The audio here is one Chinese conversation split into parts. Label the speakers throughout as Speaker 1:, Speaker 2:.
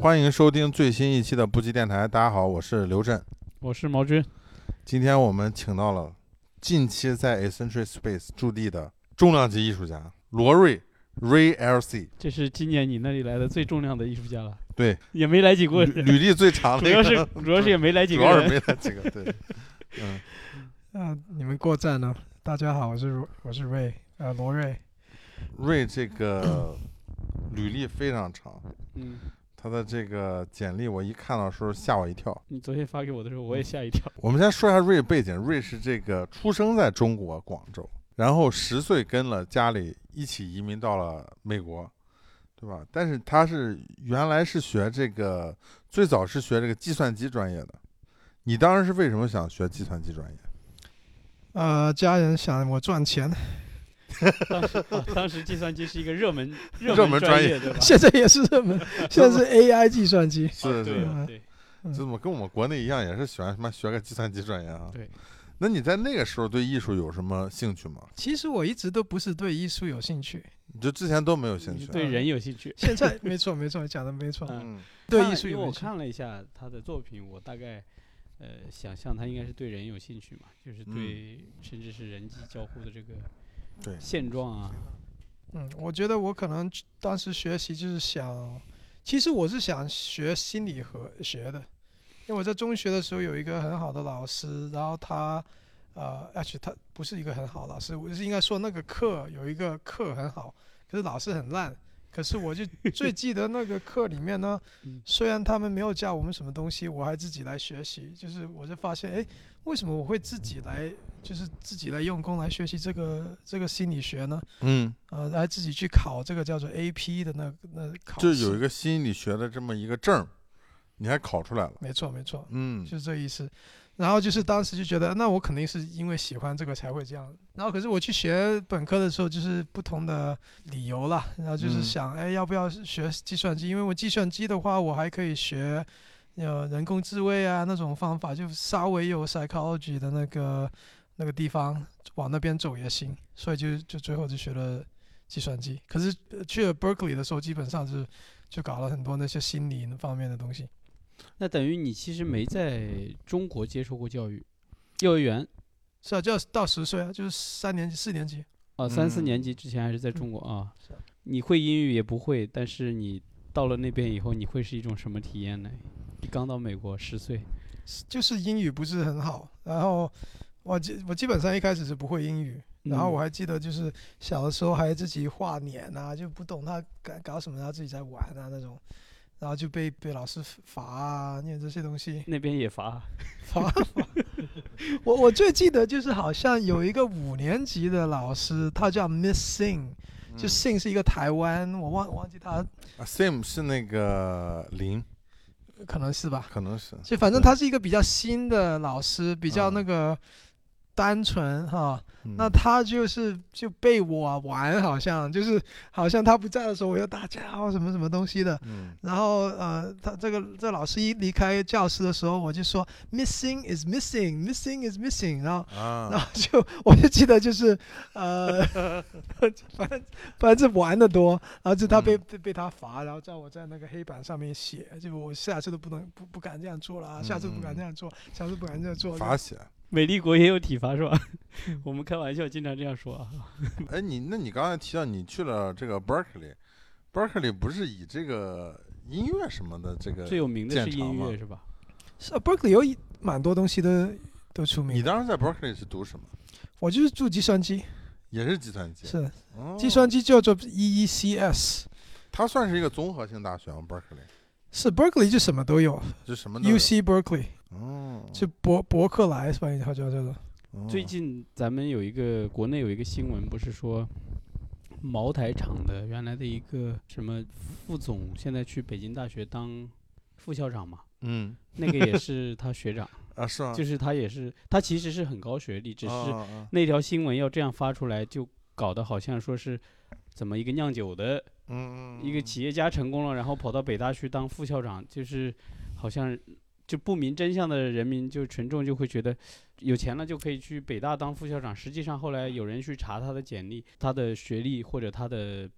Speaker 1: 欢迎收听最新一期的不羁电台。大家好，我是刘震。
Speaker 2: 我是毛军，
Speaker 1: 今天我们请到了近期在 Eccentric Space 驻地的重量级艺术家罗瑞 Ray LC，
Speaker 2: 这是今年你那里来的最重量的艺术家了，
Speaker 1: 对，
Speaker 2: 也没来几个
Speaker 1: 履
Speaker 2: 人，
Speaker 1: 履历最长
Speaker 2: 主
Speaker 1: 的一个
Speaker 2: 要 是主要是也没来几
Speaker 1: 主
Speaker 2: 个
Speaker 1: 要是
Speaker 2: 人，
Speaker 1: 没来几个，对，嗯，
Speaker 3: 啊，你们过站了。大家好，我是罗我是瑞，呃，罗瑞。
Speaker 1: 瑞这个履历非常长，
Speaker 2: 嗯，
Speaker 1: 他的这个简历我一看到的时候吓我一跳。
Speaker 2: 你昨天发给我的时候我也吓一跳，
Speaker 1: 我们先说一下瑞背景，瑞是这个出生在中国广州，然后十岁跟了家里一起移民到了美国，对吧？但是他是原来是学这个，最早是学这个计算机专业的。你当时是为什么想学计算机专业？
Speaker 3: 呃，家人想我赚钱，
Speaker 2: 当时、啊当时计算机是一个热门
Speaker 1: 热门
Speaker 2: 门
Speaker 1: 专业
Speaker 2: 业对吧？
Speaker 3: 现在也是热 门，现在是 AI 计算机。
Speaker 1: 是
Speaker 2: 啊对
Speaker 1: 是，
Speaker 3: 嗯
Speaker 2: 对，
Speaker 1: 这怎么跟我们国内一样，也是喜欢什么学个计算机专业啊？
Speaker 2: 对。
Speaker 1: 那你在那个时候对艺术有什么兴趣吗？
Speaker 3: 其实我一直都不是对艺术有兴趣，
Speaker 1: 你就之前都没有兴
Speaker 2: 你
Speaker 1: 趣啊？
Speaker 2: 对人有兴趣。
Speaker 3: 现在没错没错，讲的没错，
Speaker 2: 嗯
Speaker 1: 嗯，
Speaker 3: 对
Speaker 2: 看
Speaker 3: 艺术
Speaker 2: 因
Speaker 3: 有
Speaker 2: 为我
Speaker 3: 兴趣。
Speaker 2: 看了一下他的作品，我大概呃想象他应该是对人有兴趣嘛，就是
Speaker 1: 嗯
Speaker 2: 对、甚至是人际交互的这个
Speaker 1: 对
Speaker 2: 现状啊，
Speaker 3: 嗯，我觉得我可能当时学习就是想，其实我是想学心理和学的，因为我在中学的时候有一个很好的老师，然后他，呃，actually 他不是一个很好的老师，我是应该说那个课有一个课很好，可是老师很烂。可是我就最记得那个课里面呢
Speaker 2: 嗯，
Speaker 3: 虽然他们没有教我们什么东西，我还自己来学习。就是我就发现，哎，为什么我会自己来，就是自己来用功来学习这个这个心理学呢？
Speaker 1: 嗯，
Speaker 3: 呃，来自己去考这个叫做 AP 的那那考
Speaker 1: 就
Speaker 3: 试，
Speaker 1: 有一个心理学的这么一个证儿，你还考出来了。
Speaker 3: 没错没错，
Speaker 1: 嗯，
Speaker 3: 就是这意思。然后就是当时就觉得，那我肯定是因为喜欢这个才会这样。然后可是我去学本科的时候，就是不同的理由啦。然后就是
Speaker 1: 嗯
Speaker 3: 想，哎，要不要学计算机？因为我计算机的话，我还可以学，呃，人工智慧啊那种方法，就稍微有 psychology 的那个那个地方往那边走也行。所以就就最后就学了计算机。可是呃去了 Berkeley 的时候，基本上是就搞了很多那些心理方面的东西。
Speaker 2: 那等于你其实没在中国接受过教育，幼儿园
Speaker 3: 是啊，就到十岁啊，就是三年级、四年级。
Speaker 2: 啊，三四
Speaker 1: 嗯
Speaker 2: 年级之前还是在中国啊
Speaker 3: 是啊。
Speaker 2: 你会英语也不会，但是你到了那边以后，你会是一种什么体验呢？你刚到美国十岁，
Speaker 3: 就是英语不是很好，然后我基我基本上一开始是不会英语，
Speaker 2: 嗯
Speaker 3: 然后我还记得就是小的时候还自己画脸啊，就不懂他搞搞什么，然后自己在玩啊那种，然后就被被老师罚啊，念这些东西
Speaker 2: 那边也罚，
Speaker 3: 罚。罚我我最记得就是好像有一个五年级的老师，他叫 Miss Sing，就 Sing 是一个台湾，我忘忘记他
Speaker 1: 嗯啊，Sim 是那个林，
Speaker 3: 可能是吧，
Speaker 1: 可能是
Speaker 3: 所以反正他是一个比较新的老师，比较
Speaker 1: 嗯
Speaker 3: 那个单纯哈。
Speaker 1: 嗯
Speaker 3: 那他就是就被我玩，好像就是好像他不在的时候，我又大叫什么什么东西的。
Speaker 1: 嗯
Speaker 3: 然后呃，他这个这老师一离开教室的时候，我就说 missing is missing, missing is missing。然后然
Speaker 1: 啊，
Speaker 3: 后就我就记得就是呃， 反正反正玩的多，然后就他被、被被他罚，然后叫我在那个黑板上面写，就我下次都不能不不敢这样做了啊，下次不敢这样做，下次不敢这样做。
Speaker 1: 罚写。
Speaker 2: 美丽国也有体罚是吧？ 我们开玩笑经常这样说啊。
Speaker 1: 哎，你那你刚才提到你去了这个 Berkeley，Berkeley 不是以这个音乐什么的这
Speaker 2: 最
Speaker 1: 个，
Speaker 2: 有名的是
Speaker 1: 见长
Speaker 2: 音
Speaker 1: 嘛
Speaker 2: 乐是吧？
Speaker 3: 是、啊、Berkeley 有一蛮多东西都都出
Speaker 1: 你
Speaker 3: 名，
Speaker 1: 当时在 Berkeley 是读什么？
Speaker 3: 我就是住计算机，
Speaker 1: 也是计算机，
Speaker 3: 是
Speaker 1: 哦
Speaker 3: 计算机叫做 E EECS，
Speaker 1: 它算是一个综合性大学吗？Berkeley 啊
Speaker 3: 是 Berkeley 就什么都有
Speaker 1: 就什么都有
Speaker 3: ，UC Berkeley
Speaker 1: 哦，
Speaker 3: 就伯伯克莱是吧？它叫叫做
Speaker 1: 哦
Speaker 2: 最近咱们有一个国内有一个新闻，不是说茅台厂的原来的一个什么副总，现在去北京大学当副校长嘛？
Speaker 1: 嗯
Speaker 2: 那个也是他学长，
Speaker 1: 啊是吗？哦
Speaker 2: 就是是他也是他其实是很高学历，只是那条新闻要这样发出来，就搞得好像说是怎么一个酿酒的
Speaker 1: 嗯
Speaker 2: 一个企业家成功了，然后跑到北大去当副校长，就是好像就不明真相的人民就群众就会觉得有钱了就可以去北大当副校长。实际上后来有人去查他的简历、他的学历或者他的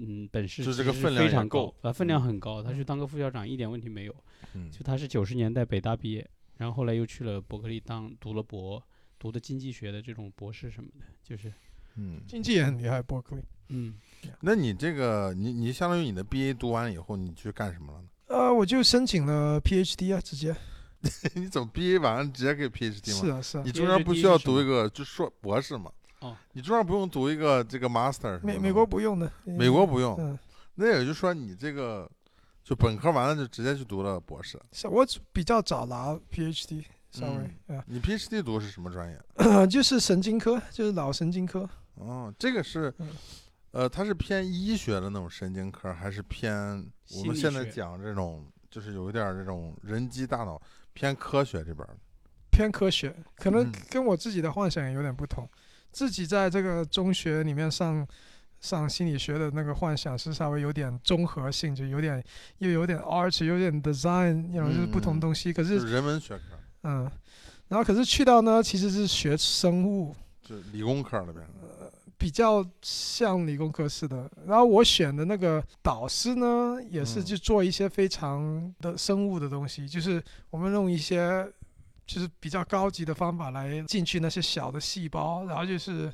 Speaker 2: 嗯，本事
Speaker 1: 就
Speaker 2: 其
Speaker 1: 这个
Speaker 2: 实
Speaker 1: 分量
Speaker 2: 非
Speaker 1: 也
Speaker 2: 常
Speaker 1: 够
Speaker 2: 高，啊，分量很高，他去当个副校长一点问题没有。
Speaker 1: 嗯
Speaker 2: 就他是九十年代北大毕业，然后后来又去了伯克利当读了博，读的经济学的这种博士什么的，就是
Speaker 1: 嗯，
Speaker 3: 经济也很厉害，伯克利。
Speaker 2: 嗯，
Speaker 1: 那你这个你你相当于你的 BA 读完了以后，你去干什么了呢？
Speaker 3: 呃，我就申请了 PhD 啊，直接
Speaker 1: 你走 BA 完了直接给 PhD
Speaker 3: 是
Speaker 1: 吗？
Speaker 3: 啊是啊
Speaker 1: 你，中间不需要读一个就硕博士嘛？
Speaker 2: 哦，
Speaker 1: 你中间不用读一个这个 master 什么的
Speaker 3: 美
Speaker 1: 吗
Speaker 3: 美国不用的，嗯
Speaker 1: 美国不用，
Speaker 3: 嗯
Speaker 1: 那也就是说你这个就本科完了就直接去读了博士。
Speaker 3: 是我比较早拿 PhD，稍微啊、
Speaker 1: 你 PhD 读的是什么专业？
Speaker 3: 就是神经科，就是脑神经科，
Speaker 1: 哦，这个是
Speaker 3: 嗯，
Speaker 1: 呃，它是偏医学的那种神经科，还是偏我
Speaker 2: 心
Speaker 1: 们
Speaker 2: 理
Speaker 1: 现在
Speaker 2: 学
Speaker 1: 讲这种就是有一点儿这种人机大脑偏科学这边儿？
Speaker 3: 偏科学，可能
Speaker 1: 嗯
Speaker 3: 跟我自己的幻想有点不同。自己在这个中学里面上上心理学的那个幻想是稍微有点综合性质，有点又有点 art，有点 design，you know，就是不
Speaker 1: 嗯嗯
Speaker 3: 同东西。可
Speaker 1: 就是是人文学科，
Speaker 3: 嗯，然后可是去到呢，其实是学生物，
Speaker 1: 就是理工科那边儿。
Speaker 3: 比较像理工科似的。然后我选的那个导师呢，也是
Speaker 1: 嗯
Speaker 3: 就做一些非常的生物的东西，就是我们用一些就是比较高级的方法来进去那些小的细胞，然后就是。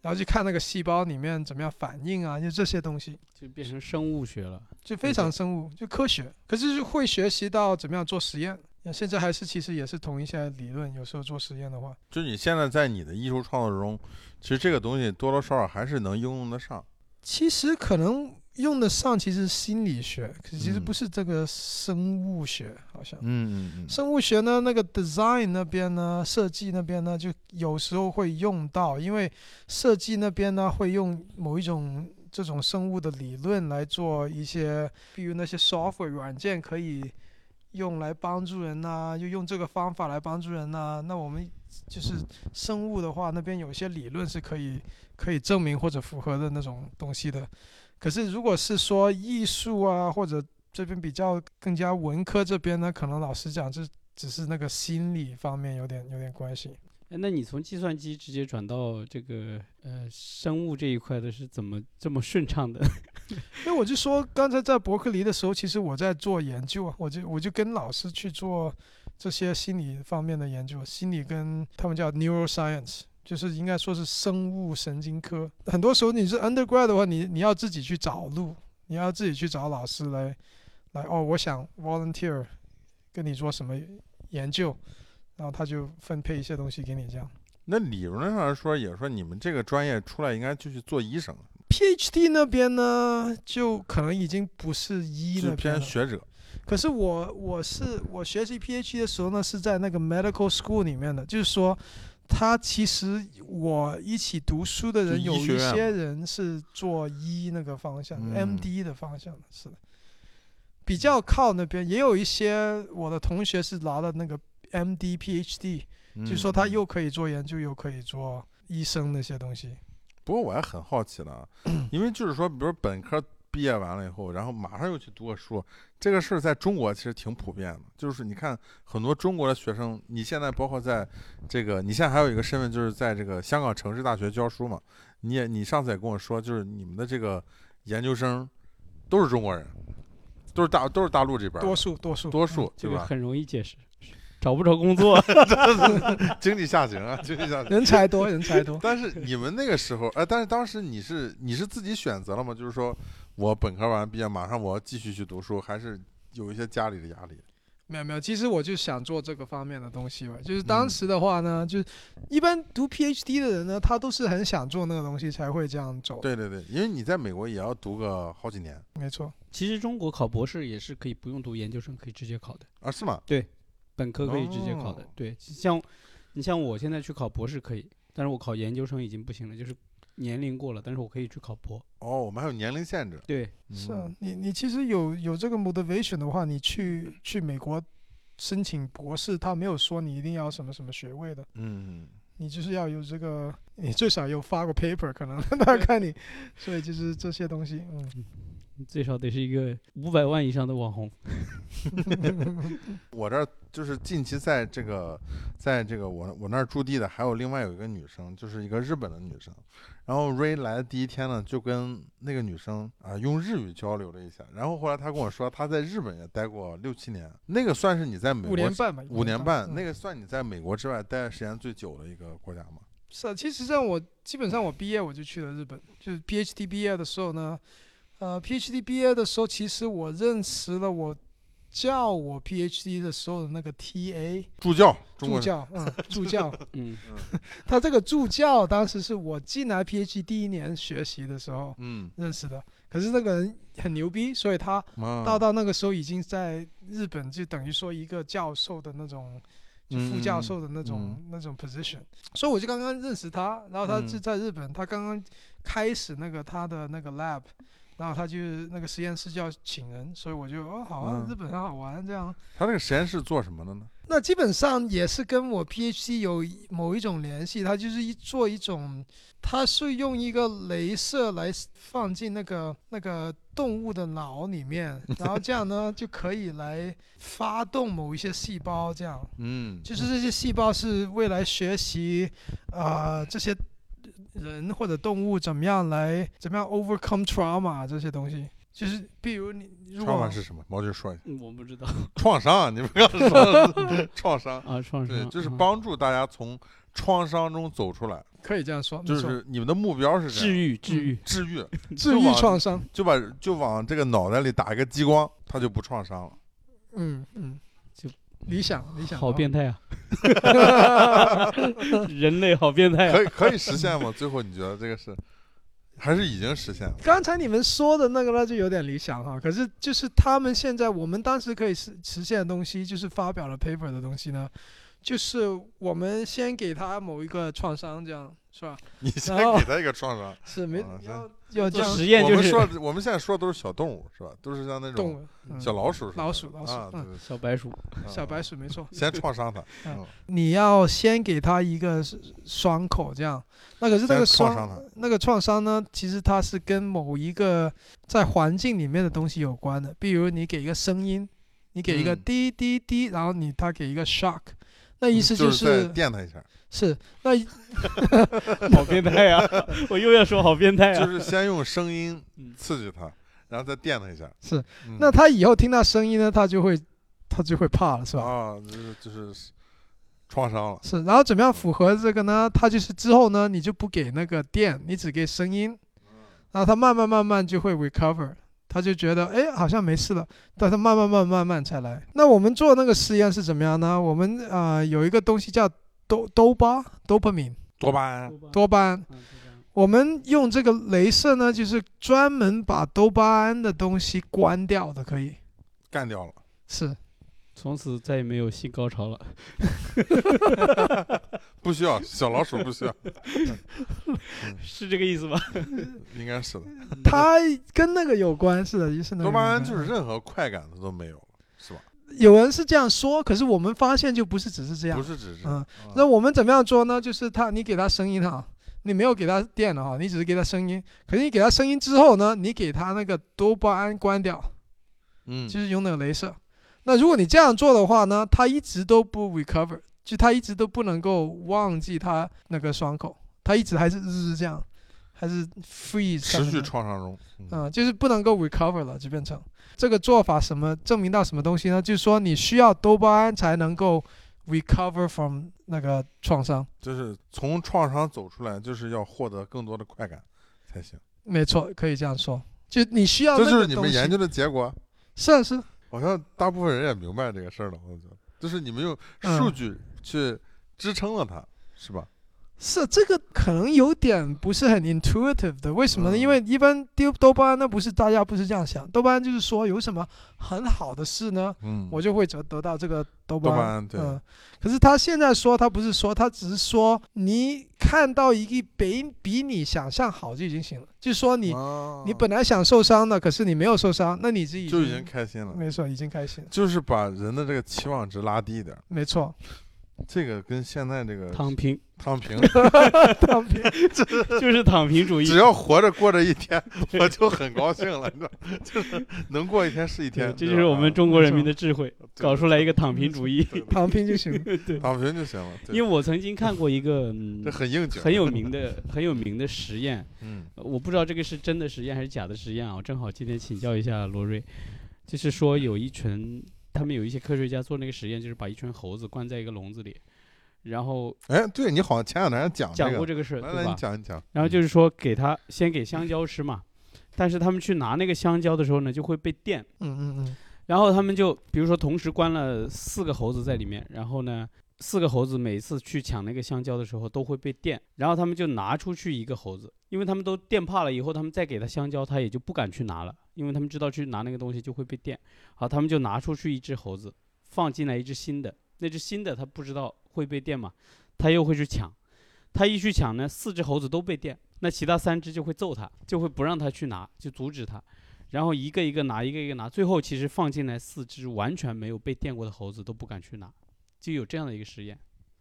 Speaker 3: 然后去看那个细胞里面怎么样反应啊，就这些东西，
Speaker 2: 就变成生物学了。
Speaker 3: 就非常生物，就科学。可是就会学习到怎么样做实验，现在还是其实也是同一些理论，有时候做实验的话，
Speaker 1: 就你现在在你的艺术创作中，其实这个东西多多少少还是能应用得上。
Speaker 3: 其实可能用得上，其实是心理学，可是其实
Speaker 1: 嗯
Speaker 3: 不是这个生物学，好像。
Speaker 1: 嗯嗯
Speaker 3: 生物学呢，那个 design 那边呢，设计那边呢，就有时候会用到，因为设计那边呢会用某一种这种生物的理论来做一些，比如那些 software 软件可以用来帮助人呐、又用这个方法来帮助人呐、那我们就是生物的话，那边有些理论是可以可以证明或者符合的那种东西的。可是如果是说艺术啊，或者这边比较更加文科这边呢，可能老实讲，这只是那个心理方面有点有点关系。
Speaker 2: 哎，那你从计算机直接转到这个呃生物这一块的，是怎么这么顺畅的？
Speaker 3: 因为我就说刚才在伯克利的时候，其实我在做研究啊，我就我就跟老师去做这些心理方面的研究，心理跟他们叫 neuroscience。就是应该说是生物神经科，很多时候你是 undergrad 的话，你你要自己去找路，你要自己去找老师来，来哦，我想 volunteer 跟你做什么研究，然后他就分配一些东西给你这样。
Speaker 1: 那理论上来说，也说你们这个专业出来应该就去做医生，
Speaker 3: PhD 那边呢，就可能已经不是医
Speaker 1: 就是
Speaker 3: 那边
Speaker 1: 偏
Speaker 3: 了。
Speaker 1: 学者。
Speaker 3: 可是我我是我学习 PhD 的时候呢，是在那个 medical school 里面的，就是说，他其实我一起读书的人
Speaker 1: 就
Speaker 3: 有
Speaker 1: 医学
Speaker 3: 一
Speaker 1: 院
Speaker 3: 些
Speaker 1: 嘛
Speaker 3: 人是做医那个方向、
Speaker 1: 嗯
Speaker 3: m d 的方向的，是的，比较靠那边。也有一些我的同学是拿了那个 MD、PhD，、就是说他
Speaker 1: 嗯
Speaker 3: 又可以做研究，又可以做医生那些东西。
Speaker 1: 不过我还很好奇呢，因为就是说，比如本科毕业完了以后，然后马上又去读个书，这个事儿在中国其实挺普遍的。就是你看很多中国的学生，你现在包括在这个，你现在还有一个身份，就是在这个香港城市大学教书嘛。你也你上次也跟我说，就是你们的这个研究生都是中国人，都是大都是大陆这边儿
Speaker 3: 多
Speaker 1: 的
Speaker 3: 数多数
Speaker 1: 多
Speaker 3: 嗯
Speaker 1: 数
Speaker 2: 这
Speaker 1: 对
Speaker 2: 个
Speaker 1: 吧？
Speaker 2: 很容易解释，找不着 工作，
Speaker 1: 经济下行啊，经济下行。。
Speaker 3: 嗯人才多，人才多
Speaker 1: 但是你们那个时候，哎，但是当时你是你是自己选择了吗？就是说我本科完毕业，马上我要继续去读书，还是有一些家里的压力？
Speaker 3: 没有没有，其实我就想做这个方面的东西吧。就是
Speaker 1: 嗯
Speaker 3: 当时的话呢，就是一般读 PhD 的人呢，他都是很想做那个东西才会这样走。，
Speaker 1: 对对对，因为你在美国也要读个好几年
Speaker 3: 没错。
Speaker 2: 其实中国考博士也是可以不用读研究生，可以直接考的，
Speaker 1: 啊，是吗？
Speaker 2: 本科可以直接考的。
Speaker 1: 哦
Speaker 2: 对，像你像我现在去考博士可以，但是我考研究生已经不行了，就是年龄过了，但是我可以去考博。
Speaker 1: 哦，我们还有年龄限制。
Speaker 2: 对，
Speaker 3: 是啊
Speaker 1: 嗯，
Speaker 3: 你你其实有有这个 motivation 的话，你去去美国申请博士，他没有说你一定要什么什么学位的，
Speaker 1: 嗯，
Speaker 3: 你就是要有这个， 你最少有发过 paper，可能他看你，所以就是这些东西，嗯。
Speaker 2: 最少得是一个五百万以上的网红。
Speaker 1: 我这儿就是近期在这个，在这个我我那儿驻地的，还有另外有一个女生，就是一个日本的女生。然后 Ray 来的第一天呢，就跟那个女生啊用日语交流了一下。然后后来她跟我说，她在日本也待过六七年，那个算是你在美
Speaker 3: 五
Speaker 1: 国
Speaker 3: 年半吧，
Speaker 1: 五年半，
Speaker 3: 嗯
Speaker 1: 那个算你在美国之外待的时间最久的一个国家吗？
Speaker 3: 是啊，其实上我基本上我毕业我就去了日本，就是 PhD 毕业的时候呢，呃，PhD 毕业的时候，其实我认识了我叫我 PhD 的时候的那个 TA
Speaker 1: 助教，中
Speaker 3: 助
Speaker 1: 国人
Speaker 3: 教，嗯，助教，
Speaker 2: 嗯
Speaker 3: 他这个助教当时是我进来 PhD 第一年学习的时候
Speaker 1: 嗯，
Speaker 3: 认识的，可是那个人很牛逼，所以他到
Speaker 1: 啊，
Speaker 3: 到那个时候已经在日本就等于说一个教授的那种，就副
Speaker 1: 嗯
Speaker 3: 教授的那种、那种 position，所以我就刚刚认识他，然后他
Speaker 1: 嗯
Speaker 3: 是在日本，他刚刚开始那个他的那个 lab，然后他就那个实验室就要请人，所以我就哦好啊，
Speaker 1: 嗯
Speaker 3: 日本很好玩这样。
Speaker 1: 他这个实验室做什么的呢？
Speaker 3: 那基本上也是跟我 PhD 有一某一种联系，它就是一做一种，它是用一个镭射来放进那个那个动物的脑 里面，然后这样呢就可以来发动某一些细胞，这样
Speaker 1: 嗯，
Speaker 3: 就是这些细胞是未来学习，啊这些人或者动物怎么样来怎么样 overcome trauma 这些东西，就是比如你如
Speaker 1: 创
Speaker 3: 果
Speaker 1: 伤是什么？毛军说一下，
Speaker 2: 嗯我不知道
Speaker 1: 创伤，你们刚刚说 的是创伤，
Speaker 2: 啊，
Speaker 3: 嗯
Speaker 2: 创
Speaker 1: 对，
Speaker 2: 伤
Speaker 1: 就是
Speaker 2: 啊
Speaker 1: 帮助大家从创伤中走出来，
Speaker 3: 可以这样说，
Speaker 1: 就
Speaker 3: 没错
Speaker 1: 是你们的目标是这
Speaker 2: 治
Speaker 1: 样
Speaker 2: 愈治愈。
Speaker 1: 治愈，
Speaker 3: 治
Speaker 1: 就
Speaker 3: 愈
Speaker 1: 往
Speaker 3: 创伤，
Speaker 1: 就把就往这个脑袋里打一个激光，他就不创伤了。
Speaker 3: 嗯，嗯，
Speaker 2: 就
Speaker 3: 理想理想
Speaker 2: 好
Speaker 3: 的话
Speaker 2: 变 态啊！人类好变态
Speaker 3: 哎
Speaker 2: 啊！
Speaker 1: 可以可以实现吗？最后你觉得这个是还是已经实现了？
Speaker 3: 刚才你们说的那个呢，就有点理想哈。可是就是他们现在，我们当时可以实实现的东西，就是发表了 paper 的东西呢，就是我们先给他某一个创伤，这样是吧？
Speaker 1: 你先
Speaker 3: 然后
Speaker 1: 给他一个创伤。
Speaker 3: 是没
Speaker 1: 啊是
Speaker 3: 要要这
Speaker 2: 做
Speaker 3: 样
Speaker 2: 实验
Speaker 1: 我
Speaker 2: 就
Speaker 1: 们
Speaker 2: 是
Speaker 1: 说的我们现在说的都是小动物是吧？都是像那种
Speaker 3: 动、嗯、
Speaker 1: 小老鼠似的、
Speaker 3: 老鼠老鼠
Speaker 1: 啊，对
Speaker 3: 嗯
Speaker 1: 对
Speaker 2: 小白鼠，
Speaker 1: 对
Speaker 3: 小白
Speaker 1: 啊
Speaker 3: 鼠，没错。
Speaker 1: 先创伤它，
Speaker 3: 嗯
Speaker 1: 嗯，
Speaker 3: 你要先给他一个伤口，这样。那可是 那
Speaker 1: 先
Speaker 3: 个
Speaker 1: 创
Speaker 3: 伤
Speaker 1: 伤它，
Speaker 3: 那个创伤呢，其实它是跟某一个在环境里面的东西有关的，比如你给一个声音，你给一个
Speaker 1: 嗯
Speaker 3: 滴滴滴，然后你他给一个 shock，那意思、
Speaker 1: 嗯就是再电它一下，
Speaker 3: 是那
Speaker 2: 好变 态啊！我又要说好变
Speaker 3: 哎
Speaker 2: 态
Speaker 1: 就
Speaker 2: 啊！
Speaker 1: 是先用声音
Speaker 2: 嗯
Speaker 1: 刺激它，然后再电它一下。
Speaker 3: 是
Speaker 1: 嗯
Speaker 3: 那他以后听到声音呢，他就会他就会怕了，是吧？
Speaker 1: 啊，就是就是创伤了。
Speaker 3: 是，然后怎么样符合这个呢？它就是之后呢，你就不给那个电，你只给声音，
Speaker 1: 嗯
Speaker 3: 然后它慢慢慢慢就会 recover，它就觉得哎好像没事了，但它慢慢慢慢慢才来。那我们做那个实验是怎么样呢？我们啊、呃有一个东西叫多多巴 dopamine
Speaker 1: 多巴胺，
Speaker 3: 多巴胺，
Speaker 2: 嗯
Speaker 3: 我们用这个镭射呢，就是专门把多巴胺的东西关掉的，可以
Speaker 1: 干掉了。
Speaker 3: 是
Speaker 1: 嗯
Speaker 2: 从此再也没有性高潮了。
Speaker 1: 不需要，小老鼠不需要，
Speaker 2: 是这个意思吧？
Speaker 1: 应该是的。
Speaker 3: 它跟那个有关是的，就是那个
Speaker 1: 多巴
Speaker 3: 有
Speaker 1: 胺
Speaker 3: 关
Speaker 1: 就是任何快感它都没有了，是吧？
Speaker 3: 有人是这样说，可是我们发现就不是只是这
Speaker 1: 不
Speaker 3: 样。
Speaker 1: 是只是，
Speaker 3: 嗯
Speaker 1: 啊
Speaker 3: 那我们怎么样做呢？就是他，你给他声音哈，你没有给他电了哈，你只是给他声音。可是你给他声音之后呢，你给他那个多巴胺关掉，
Speaker 1: 嗯
Speaker 3: 就是用那个镭射。那如果你这样做的话呢，他一直都不 recover，就他一直都不能够忘记他那个伤口，他一直还是日这样，还是 freeze
Speaker 1: 持
Speaker 3: 在那
Speaker 1: 续
Speaker 3: 边
Speaker 1: 创伤中，嗯
Speaker 3: 嗯，就是不能够 recover 了，就变成这个做法什么证明到什么东西呢？就是说你需要多巴胺才能够 recover from 那个创伤。
Speaker 1: 就是从创伤走出来，就是要获得更多的快感才行。
Speaker 3: 没错，可以这样说，就你需要
Speaker 1: 这
Speaker 3: 那
Speaker 1: 就
Speaker 3: 个
Speaker 1: 是你们
Speaker 3: 东西
Speaker 1: 研究的结果，
Speaker 3: 是啊是啊
Speaker 1: 好像大部分人也明白这个事儿了。我觉得，就是你们用
Speaker 3: 嗯
Speaker 1: 数据去支撑了它，是吧？
Speaker 3: 是啊这个可能有点不是很 intuitive 的，为什么呢？
Speaker 1: 嗯
Speaker 3: 因为一般丢多巴胺那不是大家不是这样想，多巴胺就是说有什么很好的事呢，
Speaker 1: 嗯，
Speaker 3: 我就会得得到这个多
Speaker 1: 多
Speaker 3: 巴
Speaker 1: 巴
Speaker 3: 胺。
Speaker 1: 胺对，
Speaker 3: 嗯，可是他现在说，他不是说，他只是说，你看到一个比比你想象好就已经行了，就是说你、
Speaker 1: 啊
Speaker 3: 你本来想受伤的，可是你没有受伤，那你自己
Speaker 1: 就
Speaker 3: 嗯
Speaker 1: 已经开心了，
Speaker 3: 没错，已经开心了，
Speaker 1: 就是把人的这个期望值拉低一点儿。
Speaker 3: 没错，
Speaker 1: 这个跟现在这个
Speaker 2: 躺平
Speaker 1: 躺平，
Speaker 3: 躺平，
Speaker 2: 就是躺平主义。
Speaker 1: 只要活着过这一 天，我就很高兴了，你知道，就是能过一天是一
Speaker 2: 对
Speaker 1: 天。
Speaker 2: 这
Speaker 1: 对
Speaker 2: 就是
Speaker 1: 吧啊
Speaker 2: 我们中国人民的智慧，搞出来一个躺平主义。
Speaker 3: 躺平 就行嗯了。
Speaker 1: 躺平就行了。对
Speaker 2: 因为我曾经看过一个、嗯
Speaker 1: 这、很应景，
Speaker 2: 很有名的、很有名的实验，
Speaker 1: 嗯
Speaker 2: 我不知道这个是真的实验还是假的实验啊。我正好今天请教一下罗瑞，就是说有一群他们有一些科学家做那个实验，就是把一群猴子关在一个笼子里，然后
Speaker 1: 哎，对你好像前两天讲这
Speaker 2: 讲
Speaker 1: 个
Speaker 2: 过这个事儿，
Speaker 1: 来
Speaker 2: 对
Speaker 1: 来，你
Speaker 2: 吧？
Speaker 1: 讲一嗯讲。
Speaker 2: 然后就是说给他先给香蕉吃嘛，但是他们去拿那个香蕉的时候呢，就会被电。
Speaker 3: 嗯嗯嗯，
Speaker 2: 然后他们就比如说同时关了四个猴子在里面，然后呢，四个猴子每次去抢那个香蕉的时候都会被电，然后他们就拿出去一个猴子，因为他们都电怕了，以后他们再给他香蕉，他也就不敢去拿了，因为他们知道去拿那个东西就会被电。好，他们就拿出去一只猴子，放进来一只新的，那只新的他不知道会被电嘛，他又会去抢，他一去抢呢，四只猴子都被电，那其他三只就会揍他，就会不让他去拿，就阻止他。然后一个一个拿，一个一个拿，最后其实放进来四只完全没有被电过的猴子都不敢去拿，就有这样的一个实验。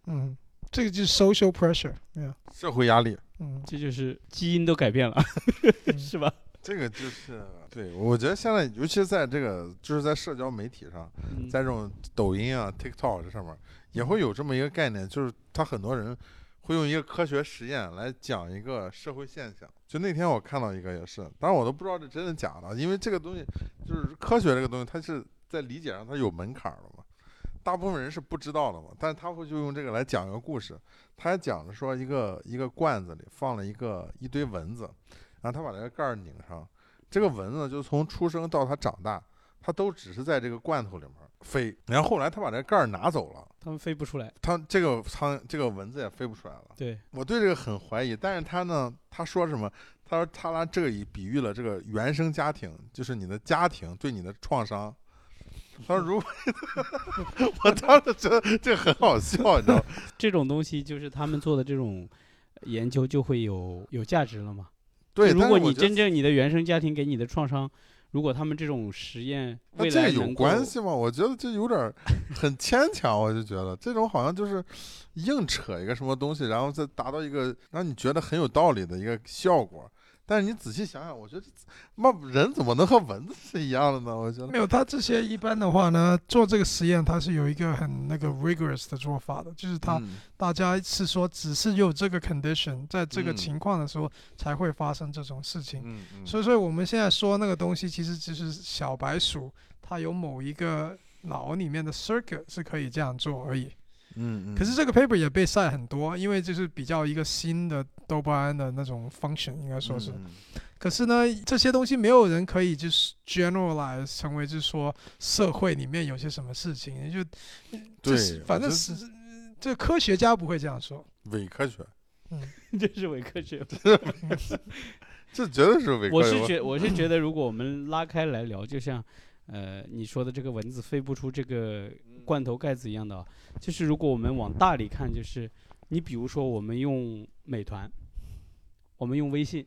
Speaker 3: 嗯，这个就是 social pressure，对吧
Speaker 1: 社会压力，
Speaker 3: 嗯，
Speaker 2: 这就是基因都改变了，
Speaker 3: 嗯
Speaker 2: 是吧？
Speaker 1: 这个就是对，我觉得现在尤其在这个就是在社交媒体上，
Speaker 2: 嗯
Speaker 1: 在这种抖音啊、TikTok 这上面，也会有这么一个概念，就是他很多人会用一个科学实验来讲一个社会现象。就那天我看到一个也是，当然我都不知道这真的假的，因为这个东西就是科学这个东西，它是在理解上它有门槛儿的嘛，大部分人是不知道的嘛，但是他会就用这个来讲一个故事。他还讲着说，一个一个罐子里放了一个一堆蚊子，然后他把这个盖儿拧上，这个蚊子就从出生到它长大，它都只是在这个罐头里面飞。然后后来他把这盖儿拿走了，
Speaker 2: 他们飞不出来。
Speaker 1: 它这个苍这个蚊子也飞不出来了。
Speaker 2: 对，
Speaker 1: 我对这个很怀疑，但是他呢，他说什么？他说他拿这个以比喻了这个原生家庭，就是你的家庭对你的创伤。他说如果， 我当时觉得这很好笑，你知道吗？
Speaker 2: 这种东西就是他们做的这种研究就会有有价值了嘛。
Speaker 1: 对，
Speaker 2: 就如
Speaker 1: 但
Speaker 2: 果
Speaker 1: 是我
Speaker 2: 你
Speaker 1: 觉得
Speaker 2: 真正你的原生家庭给你的创伤，如果他们这种实验
Speaker 1: 那
Speaker 2: 未
Speaker 1: 这
Speaker 2: 来
Speaker 1: 有
Speaker 2: 能够
Speaker 1: 关系吗？我觉得这有点 儿很牵强，我就觉得这种好像就是硬扯一个什么东西，然后再达到一个让你觉得很有道理的一个效果。但是你仔细想想，我觉得那人怎么能和蚊子是一样的呢？我觉得
Speaker 3: 没有，他这些一般的话呢，做这个实验它是有一个很那个 rigorous 的做法的，就是他、
Speaker 1: 嗯
Speaker 3: 大家是说只是有这个 condition，在这个
Speaker 1: 嗯
Speaker 3: 情况的时候才会发生这种事情。
Speaker 1: 嗯嗯，
Speaker 3: 所以说我们现在说那个东西，其实就是小白鼠它有某一个脑里面的 circuit 是可以这样做而已。
Speaker 1: 嗯嗯，
Speaker 3: 可是这个 paper 也被晒很多，因为就是比较一个新的多巴胺的那种 function，应该说是。
Speaker 1: 嗯
Speaker 3: 可是呢，这些东西没有人可以就是 generalize 成为就是说社会里面有些什么事情，就
Speaker 1: 对
Speaker 3: 就是
Speaker 1: 我
Speaker 3: 反
Speaker 1: 觉
Speaker 3: 正
Speaker 1: 得
Speaker 3: 是这科学家不会这样说。
Speaker 1: 伪科学，
Speaker 2: 这是伪科学。
Speaker 1: 这绝对是伪
Speaker 2: 我
Speaker 1: 科学。
Speaker 2: 是觉我是觉得，如果我们拉开来聊，就像呃你说的这个蚊子飞不出这个罐头盖子一样的、啊，就是如果我们往大里看，就是你比如说我们用美团，我们用微信，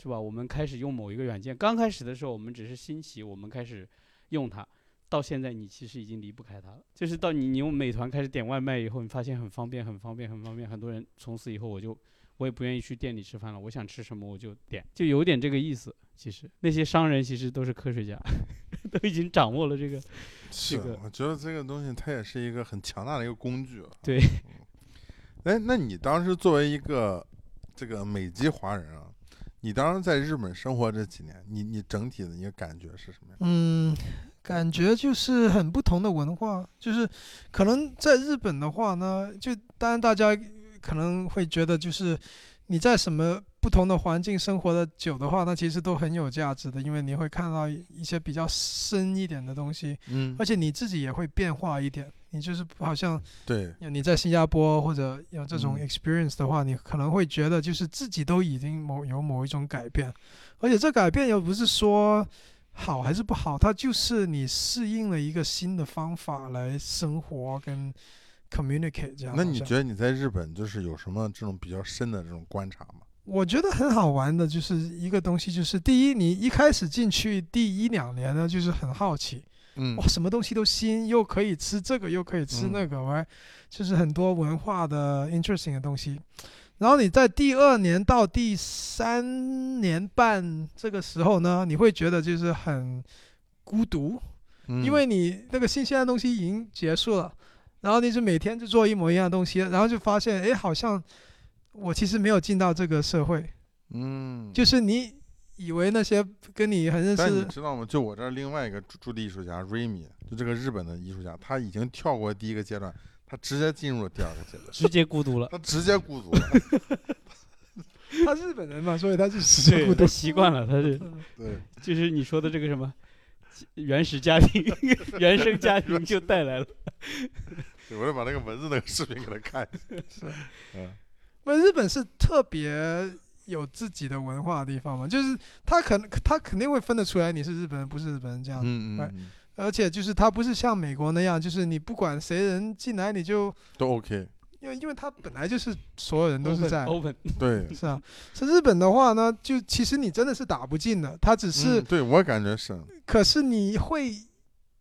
Speaker 2: 是吧？我们开始用某一个软件，刚开始的时候我们只是新奇，我们开始用它。到现在，你其实已经离不开它了。就是到你你用美团开始点外卖以后，你发现很方便，很方便，很方便。很多人从此以后，我就我也不愿意去店里吃饭了，我想吃什么我就点，就有点这个意思。其实那些商人其实都是科学家， 都已经掌握了这个。
Speaker 1: 是，
Speaker 2: 个
Speaker 1: 我觉得这个东西它也是一个很强大的一个工具啊。
Speaker 2: 对
Speaker 1: 嗯。哎，那你当时作为一个这个美籍华人啊，你当时在日本生活这几年，你你整体的一个感觉是什么样？
Speaker 3: 嗯，感觉就是很不同的文化，就是可能在日本的话呢，就当然大家可能会觉得就是你在什么不同的环境生活的久的话，那其实都很有价值的，因为你会看到一些比较深一点的东西，
Speaker 1: 嗯
Speaker 3: 而且你自己也会变化一点。你就是好像
Speaker 1: 对，
Speaker 3: 你在新加坡或者有这种
Speaker 1: 嗯
Speaker 3: experience 的话，你可能会觉得就是自己都已经某有某一种改变，而且这改变又不是说好还是不好，它就是你适应了一个新的方法来生活跟 communicate 这样。
Speaker 1: 那你
Speaker 3: 好像
Speaker 1: 觉得你在日本就是有什么这种比较深的这种观察吗？
Speaker 3: 我觉得很好玩的就是一个东西，就是第一，你一开始进去第一两年呢，就是很好奇，
Speaker 1: 嗯
Speaker 3: 哇，什么东西都新，又可以吃这个，又可以吃那个，完、就是很多文化的 interesting 的东西。然后你在第二年到第三年半这个时候呢，你会觉得就是很孤独，
Speaker 1: 嗯
Speaker 3: 因为你那个新鲜的东西已经结束了，然后你是每天就做一模一样的东西，然后就发现，哎，好像我其实没有进到这个社会，
Speaker 1: 嗯，
Speaker 3: 就是你以为那些跟你很认
Speaker 1: 但你
Speaker 3: 识，
Speaker 1: 知道吗？就我这儿另外一个驻驻地艺术家 Remy，就这个日本的艺术家，他已经跳过第一个阶段，他直接进入了第二个阶段，
Speaker 2: 直接孤 独了。
Speaker 1: 他直接孤独 了。
Speaker 3: 他日本人嘛，所以他是时间
Speaker 2: 对，
Speaker 3: 孤
Speaker 2: 他
Speaker 3: 独。
Speaker 2: 习惯了，他是
Speaker 1: 对，
Speaker 2: 就是你说的这个什么原始家庭、 原生家庭就带来了。
Speaker 1: 对我得把那个文字那个视频给他看一下。
Speaker 3: 是
Speaker 1: 嗯
Speaker 3: 那日本是特别有自己的文化的地方嘛，就是他可能他肯定会分得出来你是日本人不是日本人这样，
Speaker 1: 嗯嗯
Speaker 3: 哎
Speaker 1: 嗯，
Speaker 3: 而且就是他不是像美国那样，就是你不管谁人进来你就
Speaker 1: 都 OK。
Speaker 3: 因为因为他本来就是所有人都是
Speaker 1: 嗯
Speaker 3: 在
Speaker 2: open，
Speaker 1: 对，
Speaker 3: 是啊，是日本的话呢，就其实你真的是打不进的，他只是、
Speaker 1: 嗯对我感觉是，
Speaker 3: 可是你会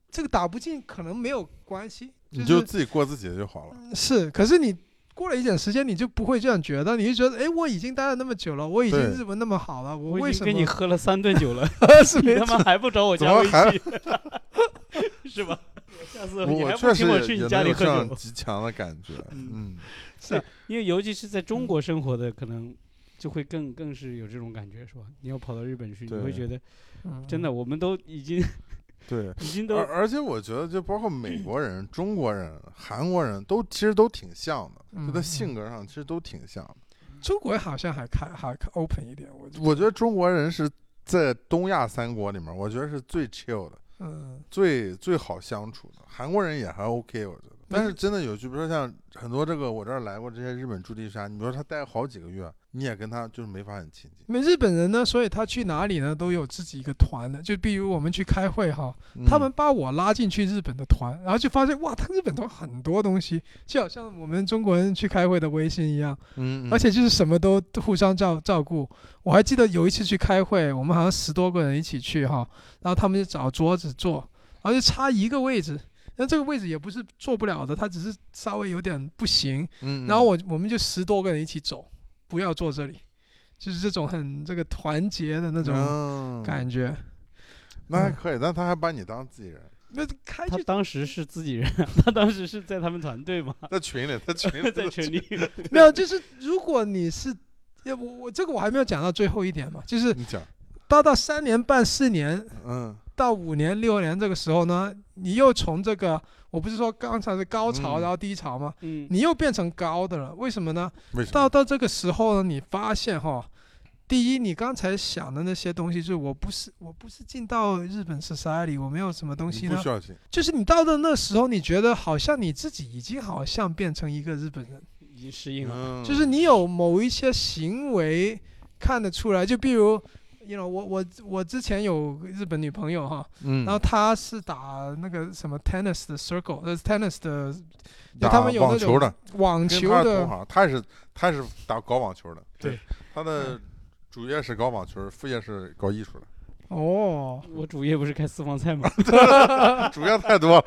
Speaker 3: 这个打不进可能没有关系，
Speaker 1: 你
Speaker 3: 就
Speaker 1: 就是自己过自己的就好
Speaker 2: 嗯
Speaker 1: 了。
Speaker 3: 是，可是你过了一点时间，你就不会这样觉得，你就觉得，哎，我已经待了那么久了，我已经
Speaker 1: 对
Speaker 3: 日文那么好了，我
Speaker 2: 我
Speaker 3: 为
Speaker 2: 已
Speaker 3: 什
Speaker 2: 经
Speaker 3: 么
Speaker 2: 跟你喝了三顿酒了，
Speaker 3: 是
Speaker 2: 你
Speaker 3: 没
Speaker 2: 他妈还不找我加微
Speaker 1: 怎么
Speaker 2: 信， 是吧？ 下次你
Speaker 1: 我
Speaker 2: 还不
Speaker 1: 确实
Speaker 2: 请我去
Speaker 1: 也也
Speaker 2: 你
Speaker 1: 没
Speaker 2: 家里
Speaker 1: 有
Speaker 2: 喝
Speaker 1: 这样
Speaker 2: 酒，
Speaker 1: 极强的感觉。
Speaker 2: 嗯
Speaker 1: 嗯，
Speaker 2: 因为尤其是在中
Speaker 3: 嗯
Speaker 2: 国生活的，可能就会更更是有这种感觉，是吧？你要跑到日本去，你
Speaker 1: 对
Speaker 2: 会觉得
Speaker 3: 嗯
Speaker 2: 真的，我们都已经
Speaker 1: 对。
Speaker 2: 已经
Speaker 1: 而
Speaker 2: 都嗯
Speaker 1: 而且我觉得，就包括美国人、中国人、韩国人都其实都挺像的，就在
Speaker 3: 嗯
Speaker 1: 性格上其实都挺像的。
Speaker 3: 中国好像还开还开 open 一点，我觉得
Speaker 1: 我觉得中国人是在东亚三国里面，我觉得是最 chill 的，
Speaker 3: 嗯
Speaker 1: 最最好相处的。韩国人也还 OK，我觉得。但
Speaker 3: 但
Speaker 1: 是
Speaker 3: 是
Speaker 1: 真的有句，比如说像很多这个我这儿来过这些日本驻地啥，你比如说他待好几个月，你也跟他就是没法很亲近。
Speaker 3: 因为日本人呢，所以他去哪里呢都有自己一个团的，就比如我们去开会哈，
Speaker 2: 嗯
Speaker 3: 他们把我拉进去日本的团，然后就发现哇，他日本团很多东西，就好像我们中国人去开会的微信一样，
Speaker 1: 嗯，嗯，
Speaker 3: 而且就是什么都互相照照顾。我还记得有一次去开会，我们好像十多个人一起去哈，然后他们就找桌子坐，然后就差一个位置，那这个位置也不是坐不了的，他只是稍微有点不行。
Speaker 1: 嗯，嗯
Speaker 3: 然后我我们就十多个人一起走，不要坐这里，就是这种很这个团结的那种
Speaker 1: 嗯
Speaker 3: 感觉。
Speaker 1: 那还可以，但他还把你当自己人，
Speaker 3: 那开
Speaker 2: 他
Speaker 3: 就
Speaker 2: 当时是自己人，啊他当时是在他们团队嘛，
Speaker 1: 在群里，在群里
Speaker 2: 在群里。
Speaker 3: 没有，就是如果你是，要我我这个我还没有讲到最后一点嘛，就是
Speaker 1: 你讲，
Speaker 3: 到到三年半四年
Speaker 1: 嗯，
Speaker 3: 到五年六年这个时候呢，你又从这个我不是说刚才是高潮
Speaker 1: 嗯
Speaker 3: 然后低潮嘛，
Speaker 2: 嗯，
Speaker 3: 你又变成高的了，为什么呢？
Speaker 1: 为什么？
Speaker 3: 到到这个时候呢，你发现哈，第一，你刚才想的那些东西，就是我不是我不是进到日本 society，我没有什么东
Speaker 1: 你
Speaker 3: 西
Speaker 1: 不
Speaker 3: 呢
Speaker 1: 需，要进，
Speaker 3: 就是你到了那时候，你觉得好像你自己已经好像变成一个日本人，
Speaker 2: 已经适应了。
Speaker 1: 嗯
Speaker 3: 就是你有某一些行为看得出来，就比如。You know，我我我之前有日本女朋友哈，
Speaker 1: 嗯，
Speaker 3: 然后她是打那个什么 tennis 的 circle，呃 tennis 的
Speaker 1: 打
Speaker 3: 他们有
Speaker 1: 网
Speaker 3: 那
Speaker 1: 球
Speaker 3: 种
Speaker 1: 的，
Speaker 3: 网
Speaker 1: 跟
Speaker 3: 球
Speaker 1: 他
Speaker 3: 的
Speaker 1: 同行，他也是他也是打搞网球的，
Speaker 2: 对，
Speaker 1: 他的主业是搞网球，副业是搞艺术的，
Speaker 3: 哦，
Speaker 2: 我主业不是开私房 菜吗？
Speaker 1: 主业太多了，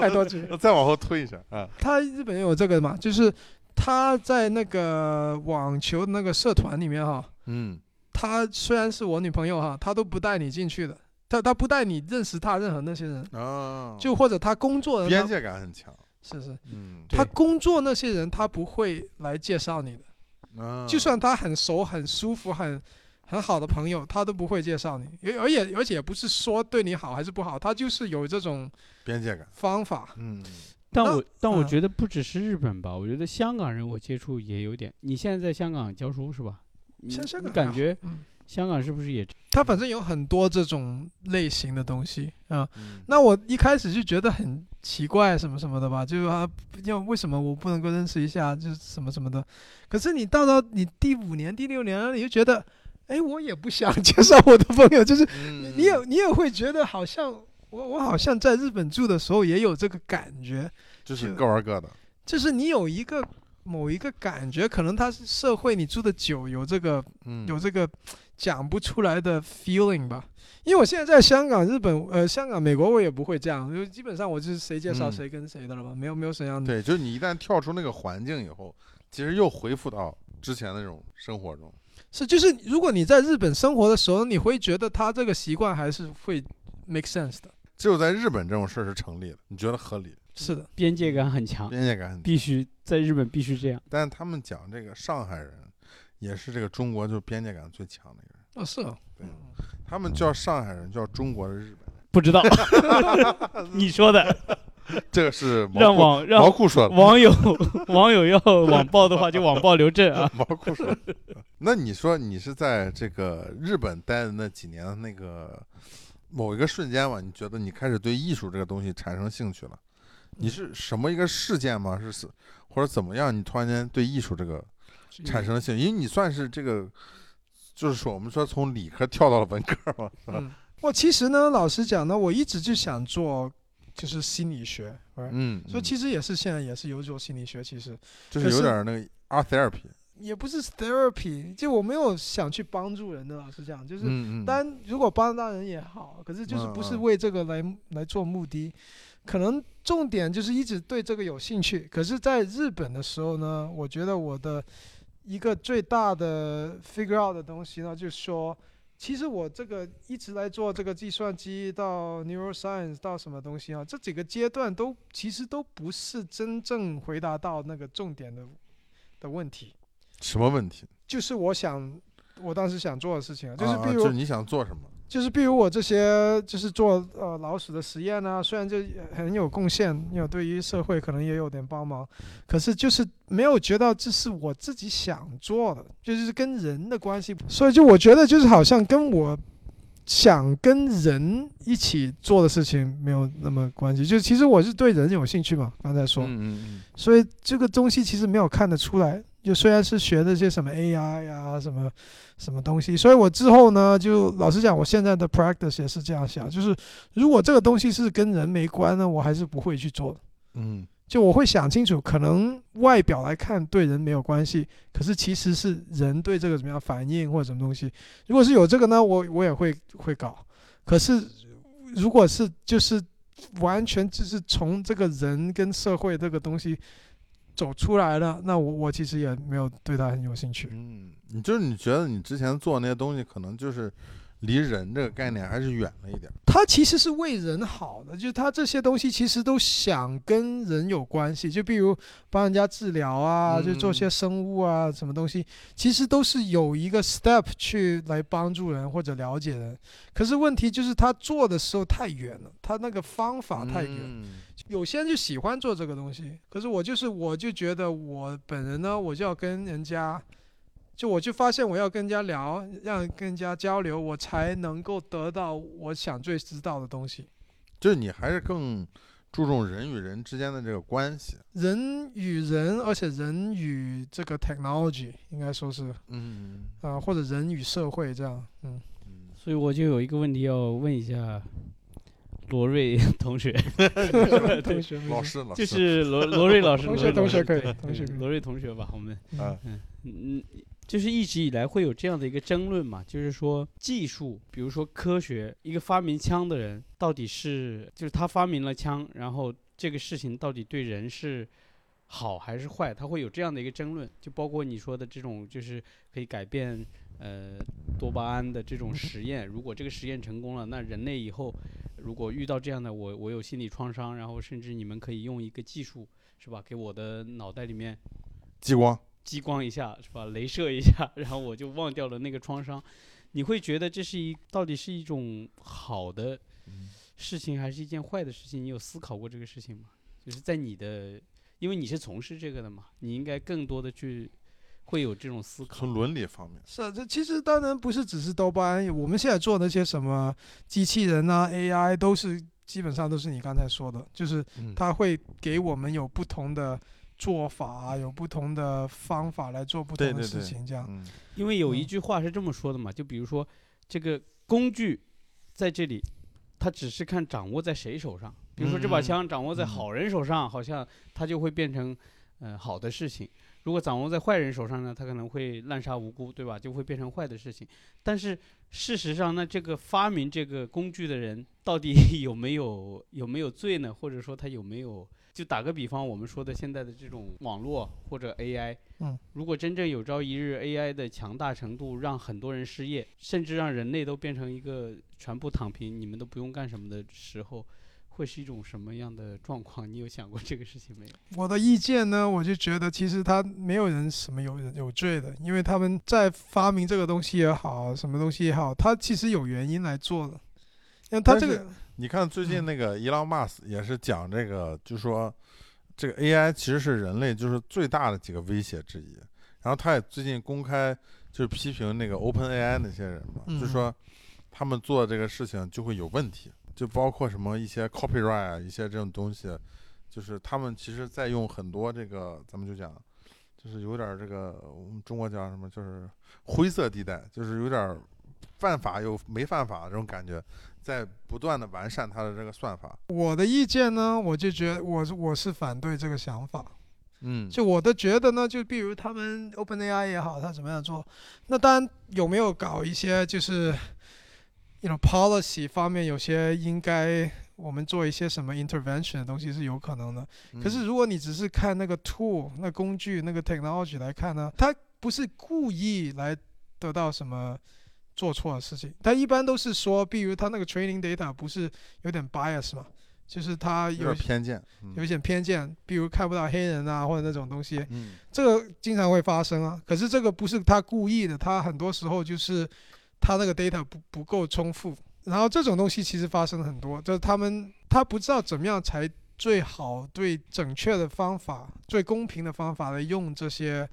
Speaker 3: 太多职 业
Speaker 1: 再往后推一下啊，
Speaker 3: 他日本也有这个嘛，就是他在那个网球的那个社团里面哈，
Speaker 1: 嗯
Speaker 3: 他虽然是我女朋友哈，他都不带你进去的，他他不带你认识他任何那些人，
Speaker 2: 哦
Speaker 1: 啊，
Speaker 3: 就或者他工作的
Speaker 1: 边
Speaker 3: 那
Speaker 1: 界感很强，
Speaker 3: 是是，
Speaker 1: 嗯，
Speaker 3: 他工作那些人他不会来介绍你的，
Speaker 1: 啊
Speaker 2: 哦
Speaker 3: 就算他很熟、很舒服、很很好的朋友，他都不会介绍你，而而且而且也不是说对你好还是不好，他就是有这种
Speaker 1: 边界感，
Speaker 3: 方法，
Speaker 1: 嗯，
Speaker 2: 但
Speaker 3: 那
Speaker 2: 我但我
Speaker 3: 嗯
Speaker 2: 觉得不只是日本吧，我觉得香港人我接触也有点。你现在在香港教书是吧？你
Speaker 3: 像香
Speaker 2: 你
Speaker 3: 港还
Speaker 2: 感
Speaker 3: 好
Speaker 2: 觉
Speaker 3: 嗯
Speaker 2: 香港是不是也
Speaker 3: 他反正有很多这种类型的东西啊。
Speaker 1: 嗯
Speaker 3: 那我一开始就觉得很奇怪，什么什么的吧，就是啊，要为什么我不能够认识一下，就是什么什么的。可是你到到你第五年、第六年了，你就觉得，哎，我也不想介绍我的朋友，就是你
Speaker 1: 嗯
Speaker 3: 你也你也会觉得好像我我好像在日本住的时候也有这个感觉，
Speaker 1: 就是各玩各的，
Speaker 3: 就是你有一个某一个感觉，可能它是社会你住的久，有这个
Speaker 1: 嗯，
Speaker 3: 有这个讲不出来的 feeling 吧。因为我现在在香港、日本、呃香港、美国，我也不会这样，就基本上我就是谁介绍
Speaker 1: 嗯
Speaker 3: 谁跟谁的了吧，没有没有什么样的。
Speaker 1: 对，就是你一旦跳出那个环境以后，其实又恢复到之前的那种生活中。
Speaker 3: 是，就是如果你在日本生活的时候，你会觉得他这个习惯还是会 make sense 的。
Speaker 1: 只有在日本这种事儿是成立的，你觉得合理，
Speaker 3: 是的，
Speaker 2: 边界感很强，
Speaker 1: 边界感很低。
Speaker 2: 必须在日本必须这样。
Speaker 1: 但是他们讲这个上海人，也是这个中国就是边界感最强的一个人，
Speaker 3: 哦，是哦，
Speaker 1: 对他们叫上海人叫中国的日本
Speaker 2: 不知 道 你说的，
Speaker 1: 人，这个是毛
Speaker 2: 让
Speaker 1: 裤
Speaker 2: 网
Speaker 1: 毛
Speaker 2: 让
Speaker 1: 裤说的，
Speaker 2: 网友 网友要网暴的话就网暴刘震啊。
Speaker 1: 毛裤说的。那你说你是在这个日本待的那几年的那个某一个瞬间吧？你觉得你开始对艺术这个东西产生兴趣了？你是什么一个事件吗？是是或者怎么样？你突然间对艺术这个产生了兴趣，因为你算是这个，就是说我们说从理科跳到了文科嘛，是吧？
Speaker 3: 嗯，我其实呢，老实讲呢，我一直就想做就是心理学，嗯，
Speaker 1: 嗯，
Speaker 3: 所以
Speaker 1: 实
Speaker 3: 其实也是现在也是有做心理学，其实
Speaker 1: 就是有点儿那个 art therapy，
Speaker 3: 也不是 therapy，就我没有想去帮助人的，老实讲，就是
Speaker 1: 嗯嗯，
Speaker 3: 但如果帮到人也好，可是就是不
Speaker 1: 嗯
Speaker 3: 是
Speaker 1: 嗯
Speaker 3: 为这个来来做目的，可能重点就是一直对这个有兴趣。可是，在日本的时候呢，我觉得我的一个最大的 figure out 的东西呢，就是说，其实我这个一直来做这个计算机到 neuroscience 到什么东西啊，这几个阶段都其实都不是真正回答到那个重点的的问题，
Speaker 1: 什么问题？
Speaker 3: 就是我想。我当时想做的事情啊，就是
Speaker 1: 啊啊
Speaker 3: 比如、
Speaker 1: 就是你想做什么？
Speaker 3: 就是比如我这些就是做呃老鼠的实验啊，虽然这很有贡献，有对于社会可能也有点帮忙，可是就是没有觉得这是我自己想做的，就是跟人的关系。所以就我觉得就是好像跟我想跟人一起做的事情没有那么关系。就其实我是对人有兴趣嘛，刚才说，
Speaker 1: 嗯嗯
Speaker 3: 所以这个东西其实没有看得出来。就虽然是学的些什么 AI 呀、什么什么东西，所以我之后呢，就老实讲，我现在的 practice 也是这样想，就是如果这个东西是跟人没关呢，我还是不会去做的。
Speaker 1: 嗯
Speaker 3: 就我会想清楚，可能外表来看对人没有关系，可是其实是人对这个怎么样反应或者什么东西。如果是有这个呢，我我也会会搞。可是如果是就是完全就是从这个人跟社会这个东西走出来了，那我我其实也没有对他很有兴趣。
Speaker 1: 嗯，你就是你觉得你之前做那些东西，可能就是离人这个概念还是远了一点儿。
Speaker 3: 他其实是为人好的，就是他这些东西其实都想跟人有关系，就比如帮人家治疗啊，
Speaker 1: 嗯
Speaker 3: 就做些生物啊，什么东西，其实都是有一个 step 去来帮助人或者了解人。可是问题就是他做的时候太远了，他那个方法太远。
Speaker 1: 嗯
Speaker 3: 有些人就喜欢做这个东西，可是我就是我就觉得我本人呢，我就要跟人家，就我就发现我要跟人家聊，让跟人家交流，我才能够得到我想最知道的东西。
Speaker 1: 就是你还是更注重人与人之间的这个关系。
Speaker 3: 人与人，而且人与这个 technology 应该说是啊、
Speaker 1: 嗯
Speaker 3: 呃或者人与社会这样，嗯，
Speaker 1: 嗯，
Speaker 2: 所以我就有一个问题要问一下罗瑞同 学，呃
Speaker 3: 同学
Speaker 1: 老，师老师，
Speaker 2: 就是罗罗瑞老师，
Speaker 3: 同
Speaker 2: 罗
Speaker 3: 学
Speaker 2: 瑞
Speaker 3: 同
Speaker 2: 老
Speaker 3: 学
Speaker 2: 师
Speaker 3: 可以
Speaker 2: 对
Speaker 3: 同学
Speaker 2: 对
Speaker 3: 可以
Speaker 2: 罗瑞同学吧，我们
Speaker 1: 啊
Speaker 2: 嗯，就是一直以来会有这样的一个争论嘛，就是说技术，比如说科学，一个发明枪的人到底是就是他发明了枪，然后这个事情到底对人是好还是坏，他会有这样的一个争论，就包括你说的这种就是可以改变呃多巴胺的这种实验，如果这个实验成功了，那人类以后如果遇到这样的我我有心理创伤，然后甚至你们可以用一个技术是吧，给我的脑袋里面
Speaker 1: 激光。
Speaker 2: 激光一下是吧？镭射一下，然后我就忘掉了那个创伤。你会觉得这是一到底是一种好的
Speaker 1: 嗯
Speaker 2: 事情，还是一件坏的事情？你有思考过这个事情吗？就是在你的，因为你是从事这个的嘛，你应该更多的去会有这种思考。
Speaker 1: 从伦理方面，
Speaker 3: 是啊，这其实当然不是只是多巴胺，我们现在做那些什么机器人啊、AI 都是基本上都是你刚才说的，就是
Speaker 1: 嗯
Speaker 3: 他会给我们有不同的做法，啊有不同的方法来做不
Speaker 1: 对
Speaker 3: 同的
Speaker 1: 对
Speaker 3: 事
Speaker 1: 对
Speaker 3: 情，这样。
Speaker 1: 嗯
Speaker 2: 因为有一
Speaker 3: 嗯
Speaker 2: 句话是这么说的嘛，就比如说这个工具在这里，它只是看掌握在谁手上。比如说这把
Speaker 1: 嗯
Speaker 2: 枪掌握在
Speaker 1: 嗯
Speaker 2: 好人手上，好像它就会变成呃好的事情；如果掌握在坏人手上呢，他可能会滥杀无辜，对吧？就会变成坏的事情。但是事实上，那这个发明这个工具的人到底 有没有有没有罪呢？或者说他有没有？就打个比方，我们说的现在的这种网络或者 AI，
Speaker 3: 嗯，
Speaker 2: 如果真正有朝一日 AI 的强大程度让很多人失业，甚至让人类都变成一个全部躺平，你们都不用干什么的时候，会是一种什么样的状况？你有想过这个事情没有？
Speaker 3: 我的意见呢，我就觉得其实他没有人什么有人有罪的，因为他们在发明这个东西也好，什么东西也好，他其实有原因来做的。因为他
Speaker 1: 但
Speaker 3: 这
Speaker 1: 是
Speaker 3: 个，
Speaker 1: 你看最近那个伊朗马斯也是讲这个，就说这个 AI 其实是人类就是最大的几个威胁之一。然后他也最近公开就是批评那个 OpenAI 那些人嘛，
Speaker 3: 嗯
Speaker 1: 就说他们做这个事情就会有问题，就包括什么一些 copyright 啊，一些这种东西，就是他们其实在用很多这个，咱们就讲。就是有点儿这个，我们中国叫什么？就是灰色地带，就是有点儿犯法又没犯法这种感觉。在不断的完善它的这个算法。
Speaker 3: 我的意见呢，我就觉得我是我是反对这个想法。
Speaker 1: 嗯
Speaker 3: 就我的觉得呢，就比如他们 OpenAI 也好，他怎么样做，那当然有没有搞一些就是，you know policy 方面有些应该我们做一些什么 intervention 的东西是有可能的。
Speaker 1: 嗯
Speaker 3: 可是如果你只是看那个 tool、那工具、那个 technology 来看呢，它不是故意来得到什么做错的事情，它一般都是说，比如它那个 training data 不是有点 bias 嘛，就是它
Speaker 1: 有点
Speaker 3: 有
Speaker 1: 偏见。
Speaker 3: 有一点偏嗯见，比如看不到黑人啊或者那种东西，
Speaker 1: 嗯
Speaker 3: 这个经常会发生啊。可是这个不是他故意的，他很多时候就是他那个 data 不不够充富，然后这种东西其实发生很多，就是他们他不知道怎么样才最好、最准确的方法、最公平的方法来用这些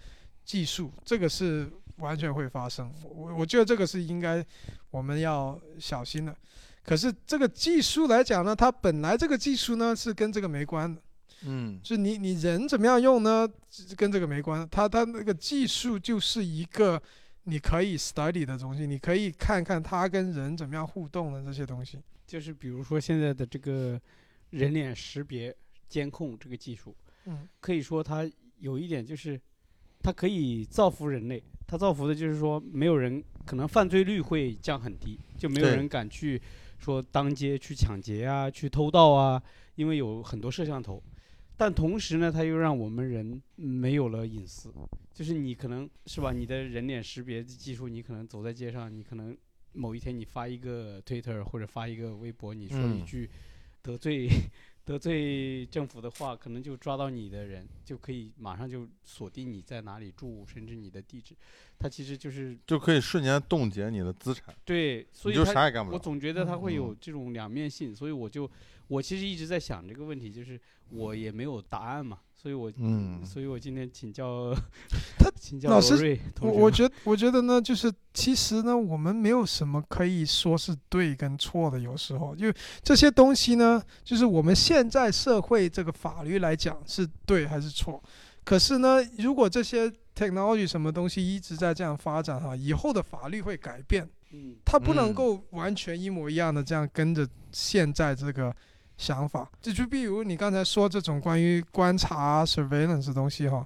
Speaker 3: 技术，这个是完全会发生。我我觉得这个是应该我们要小心的。可是这个技术来讲呢，它本来这个技术呢是跟这个没关的。
Speaker 1: 嗯
Speaker 3: 就你你人怎么样用呢？这跟这个没关，它它那个技术就是一个你可以 study 的东西，你可以看看它跟人怎么样互动的这些东西。
Speaker 2: 就是比如说现在的这个人脸识别监控这个技术，
Speaker 3: 嗯
Speaker 2: 可以说它有一点就是，它可以造福人类。它造福的就是说，没有人可能犯罪率会降很低，就没有
Speaker 1: 对
Speaker 2: 人敢去说当街去抢劫啊、去偷盗啊，因为有很多摄像头。但同时呢，它又让我们人没有了隐私，就是你可能是吧，你的人脸识别技术，你可能走在街上，你可能某一天你发一个 Twitter 或者发一个微博，你说一
Speaker 1: 嗯
Speaker 2: 句得罪得罪政府的话，可能就抓到你的人，就可以马上就锁定你在哪里住，甚至你的地址。它其实就是
Speaker 1: 就可以瞬间冻结你的资产，
Speaker 2: 对，所
Speaker 1: 你
Speaker 2: 以
Speaker 1: 就
Speaker 2: 它
Speaker 1: 啥也干不
Speaker 2: 我
Speaker 1: 了。
Speaker 2: 总觉得它会有
Speaker 1: 嗯
Speaker 2: 这种两面性，所以我就我其实一直在想这个问题，就是我也没有答案嘛，所以我
Speaker 1: 嗯
Speaker 2: 所以我今天 请教
Speaker 3: 他
Speaker 2: 请教
Speaker 3: 老
Speaker 2: 罗
Speaker 3: 师
Speaker 2: 瑞同
Speaker 3: 我
Speaker 2: 学
Speaker 3: 我
Speaker 2: 吧
Speaker 3: 觉得我觉得呢，就是其实呢，我们没有什么可以说是对跟错的，有时候因为这些东西呢，就是我们现在社会这个法律来讲是对还是错，可是呢，如果这些 technology 什么东西一直在这样发展哈，以后的法律会改变。
Speaker 2: 嗯
Speaker 3: 他不能
Speaker 1: 嗯
Speaker 3: 够完全一模一样的这样跟着现在这个想法。这就比如你刚才说这种关于观察啊、surveillance 的东西哈，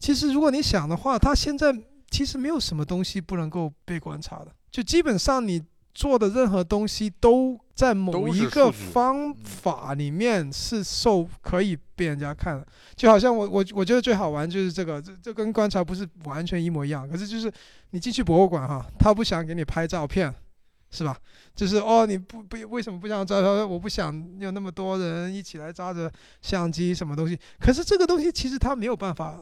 Speaker 3: 其实如果你想的话，它现在其实没有什么东西不能够被观察的，就基本上你做的任何东西都在某
Speaker 1: 都是
Speaker 3: 一个
Speaker 1: 数据
Speaker 3: 方法里面是受可以被人家看的。就好像我我我觉得最好玩就是这个，这这跟观察不是完全一模一样，可是就是你进去博物馆哈，他不想给你拍照片，是吧？就是哦，你不不为什么不想照片？我不想有那么多人一起来抓着相机什么东西。可是这个东西其实他没有办法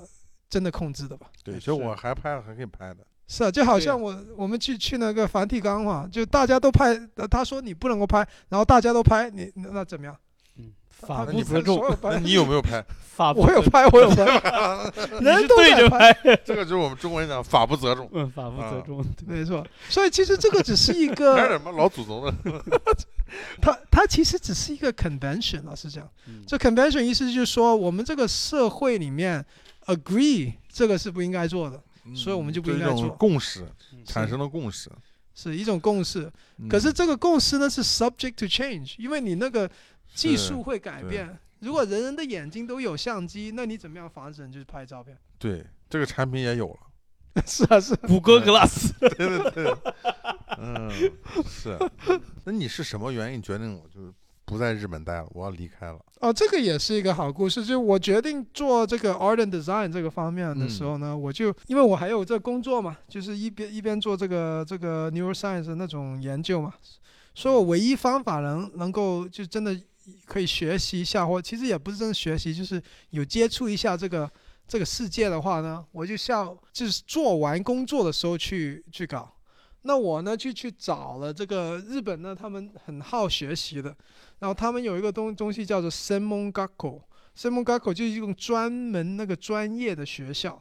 Speaker 3: 真的控制的吧？
Speaker 1: 对，
Speaker 2: 是
Speaker 1: 就我还拍了，还可以拍的。
Speaker 3: 是啊，就好
Speaker 2: 对啊
Speaker 3: 像我我们去去那个梵蒂冈嘛，就大家都拍，呃他说你不能够拍，然后大家都拍，你那那怎么样？
Speaker 2: 嗯，
Speaker 3: 他
Speaker 2: 法
Speaker 1: 那
Speaker 3: 不
Speaker 2: 不
Speaker 1: 你
Speaker 3: 是
Speaker 2: 责
Speaker 1: 拍
Speaker 3: 所
Speaker 2: 众，
Speaker 3: 有拍
Speaker 1: 那，你有没有拍？
Speaker 2: 法不
Speaker 3: 我有
Speaker 2: 责
Speaker 3: 拍，我有拍，人都
Speaker 2: 对
Speaker 3: 在
Speaker 2: 着
Speaker 3: 拍。
Speaker 1: 这个就是我们中国人讲法不责 众，
Speaker 2: 嗯，法不责
Speaker 1: 啊
Speaker 2: 众，对
Speaker 3: 没错，所以其实这个只是一
Speaker 1: 还是
Speaker 3: 个，
Speaker 1: 什么老祖宗的？
Speaker 3: 它它其实只是一个 convention 老实讲，
Speaker 2: 嗯
Speaker 3: 这 convention 意思就是说，我们这个社会里面 agree 这个是不应该做的，所以我们就不
Speaker 1: 嗯
Speaker 3: 应该
Speaker 1: 这种
Speaker 3: 做
Speaker 1: 共识
Speaker 2: 嗯
Speaker 1: 产生了共识。
Speaker 3: 是一种共识。
Speaker 1: 嗯
Speaker 3: 可是这个共识呢是 subject to change，因为你那个技术会改变。如果人人的眼睛都有相机，那你怎么样防止人就是拍照片？
Speaker 1: 对，这个产品也有了。
Speaker 3: 是啊，是啊
Speaker 2: 谷 歌 Glass
Speaker 1: 对对对，嗯，是。那你是什么原因决定我就是不在日本待了，我要离开了？
Speaker 3: 哦，这个也是一个好故事。就是我决定做这个 art and design 这个方面的时候呢，我就因为我还有这工作嘛，就是一边一边做这个这个 neuroscience 的那种研究嘛，所以我唯一方法能能够就真的可以学习一下，或其实也不是真的学习，就是有接触一下这个这个世界的话呢，我就像就是做完工作的时候去去搞。那我呢就去找了这个日本呢，他们很好学习的，然后他们有一个东东西叫做 s e m o n g a k o s e m o n g a k o 就是一种专门那个专业的学校。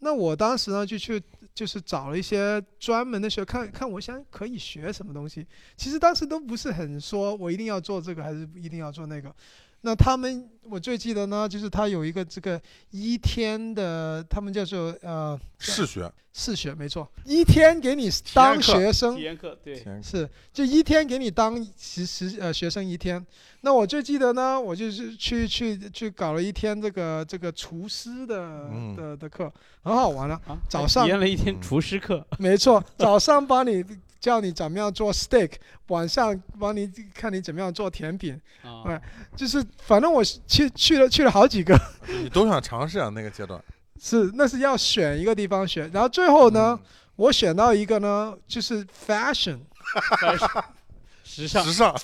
Speaker 3: 那我当时呢就去就是找了一些专门的学看看我想可以学什么东西。其实当时都不是很说我一定要做这个还是一定要做那个。那他们我最记得呢，就是他有一个这个一天的，他们叫做呃
Speaker 1: 是学
Speaker 3: 试学，没错，一天给你当学生
Speaker 2: 体验课，对，
Speaker 1: 前
Speaker 3: 是，就一天给你当实实呃学生一天。那我就记得呢，我就是去去去搞了一天这个这个厨师的、
Speaker 1: 嗯
Speaker 3: 的的课，很好玩了。
Speaker 2: 啊，
Speaker 3: 早
Speaker 2: 还
Speaker 3: 上
Speaker 2: 体验了一天
Speaker 1: 嗯
Speaker 2: 厨 师课，
Speaker 3: 没错，早上帮你教你怎么样做 steak，晚上帮你看你怎么样做甜品，
Speaker 2: 啊
Speaker 3: 哎就是反正我是去去了去了好几个，
Speaker 1: 你都想尝试啊那个阶段。
Speaker 3: 是那是要选一个地方选，然后最后呢，
Speaker 1: 嗯，
Speaker 3: 我选到一个呢就是 fashion，
Speaker 2: 时尚
Speaker 1: 时尚，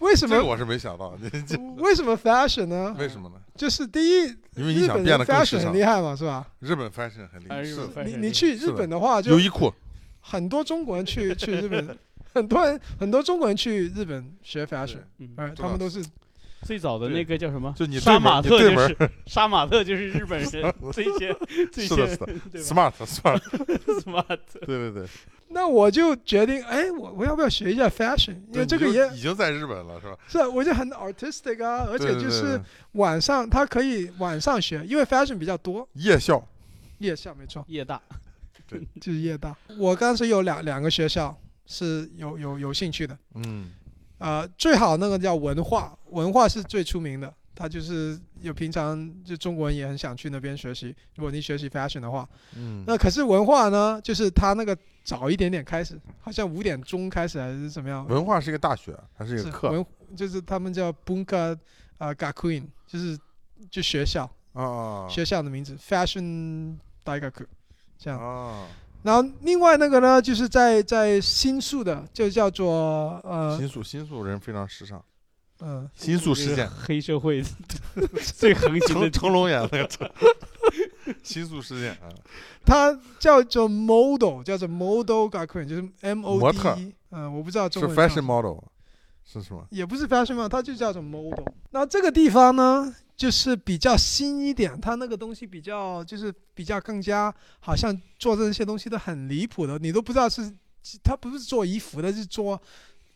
Speaker 3: 为什
Speaker 1: 这个
Speaker 3: 么？
Speaker 1: 我是没想到，你这
Speaker 3: 为什么 fashion 呢？
Speaker 1: 为什么呢？
Speaker 3: 就是第一，
Speaker 1: 因为你
Speaker 3: 日
Speaker 1: 想
Speaker 3: 本
Speaker 1: 变
Speaker 3: 人
Speaker 1: 得更时
Speaker 3: fashion
Speaker 1: 尚
Speaker 3: 很。厉害嘛，是吧？
Speaker 1: 日本 fashion 很厉
Speaker 2: 啊
Speaker 1: 害，
Speaker 2: 日
Speaker 1: 是
Speaker 2: 本
Speaker 1: 的
Speaker 2: fashion
Speaker 3: 你
Speaker 2: 很
Speaker 3: 你
Speaker 2: 厉
Speaker 3: 去日
Speaker 1: 是的
Speaker 3: 本的话，
Speaker 1: 优
Speaker 3: 就
Speaker 1: 衣库，
Speaker 3: 很多中国 人去去日本，很多人很多中国人去日本学 fashion，
Speaker 2: 嗯
Speaker 3: 哎，
Speaker 1: 知
Speaker 3: 他们
Speaker 1: 道
Speaker 3: 都是
Speaker 2: 最早的
Speaker 1: 对
Speaker 2: 那个叫什么？
Speaker 1: 就你对
Speaker 2: 杀
Speaker 1: 门
Speaker 2: 马
Speaker 1: 你
Speaker 2: 特
Speaker 1: 对
Speaker 2: 就
Speaker 1: 门
Speaker 2: 是杀马特就是日 本人最先最
Speaker 1: 是的
Speaker 2: 先
Speaker 1: 是的
Speaker 2: 对
Speaker 1: smart
Speaker 2: 吧
Speaker 1: smart，
Speaker 2: smart
Speaker 1: 对对对，
Speaker 3: 那我就决定，哎，我我要不要学一下 fashion？因
Speaker 1: 对
Speaker 3: 为
Speaker 1: 你
Speaker 3: 这个
Speaker 1: 就
Speaker 3: 也
Speaker 1: 已经在日本了是吧？
Speaker 3: 是啊，我就很 artistic 啊，而
Speaker 1: 对
Speaker 3: 且
Speaker 1: 对
Speaker 3: 就
Speaker 1: 对
Speaker 3: 是
Speaker 1: 对
Speaker 3: 晚上他可以晚上学，因为 fashion 比较多，
Speaker 1: 夜校，
Speaker 3: 夜校没错，
Speaker 2: 夜大
Speaker 3: 就是夜大。我当时有两两个学校是有有有兴趣的，
Speaker 1: 嗯，
Speaker 3: 呃，最好那个叫文化，文化是最出名的。他就是有平常就中国人也很想去那边学习。如果你学习 fashion 的话，
Speaker 1: 嗯，
Speaker 3: 那可是文化呢，就是他那个早一点点开始，好像五点钟开始还是怎么样？
Speaker 1: 文化是一个大学还是一
Speaker 3: 是
Speaker 1: 个课
Speaker 3: 文就是他们叫 bunka 啊 g a k u i n 就是就学校、
Speaker 1: 啊啊
Speaker 3: 学校的名字 fashion daigaku 这
Speaker 1: 啊
Speaker 3: 样。
Speaker 1: 啊？
Speaker 3: 然后另外那个呢，就是在在新宿的，就叫做呃
Speaker 1: 新宿新宿人非常时尚，
Speaker 3: 嗯、
Speaker 1: 新宿事件，
Speaker 2: 黑社会 最横行的
Speaker 1: 成成龙演的那个成新宿事件啊，
Speaker 3: 它叫做 model，叫做 model g a k u n 就是 M O
Speaker 1: 模
Speaker 3: D
Speaker 1: 特
Speaker 3: E。嗯，我不知道中
Speaker 1: 是
Speaker 3: 文叫
Speaker 1: fashion model，是啊什么？
Speaker 3: 也不是 fashion 嘛，它就叫做 model。那这个地方呢，就是比较新一点，它那个东西比较就是比较更加好像做这些东西都很离谱的，你都不知道是它不是做衣服的，是做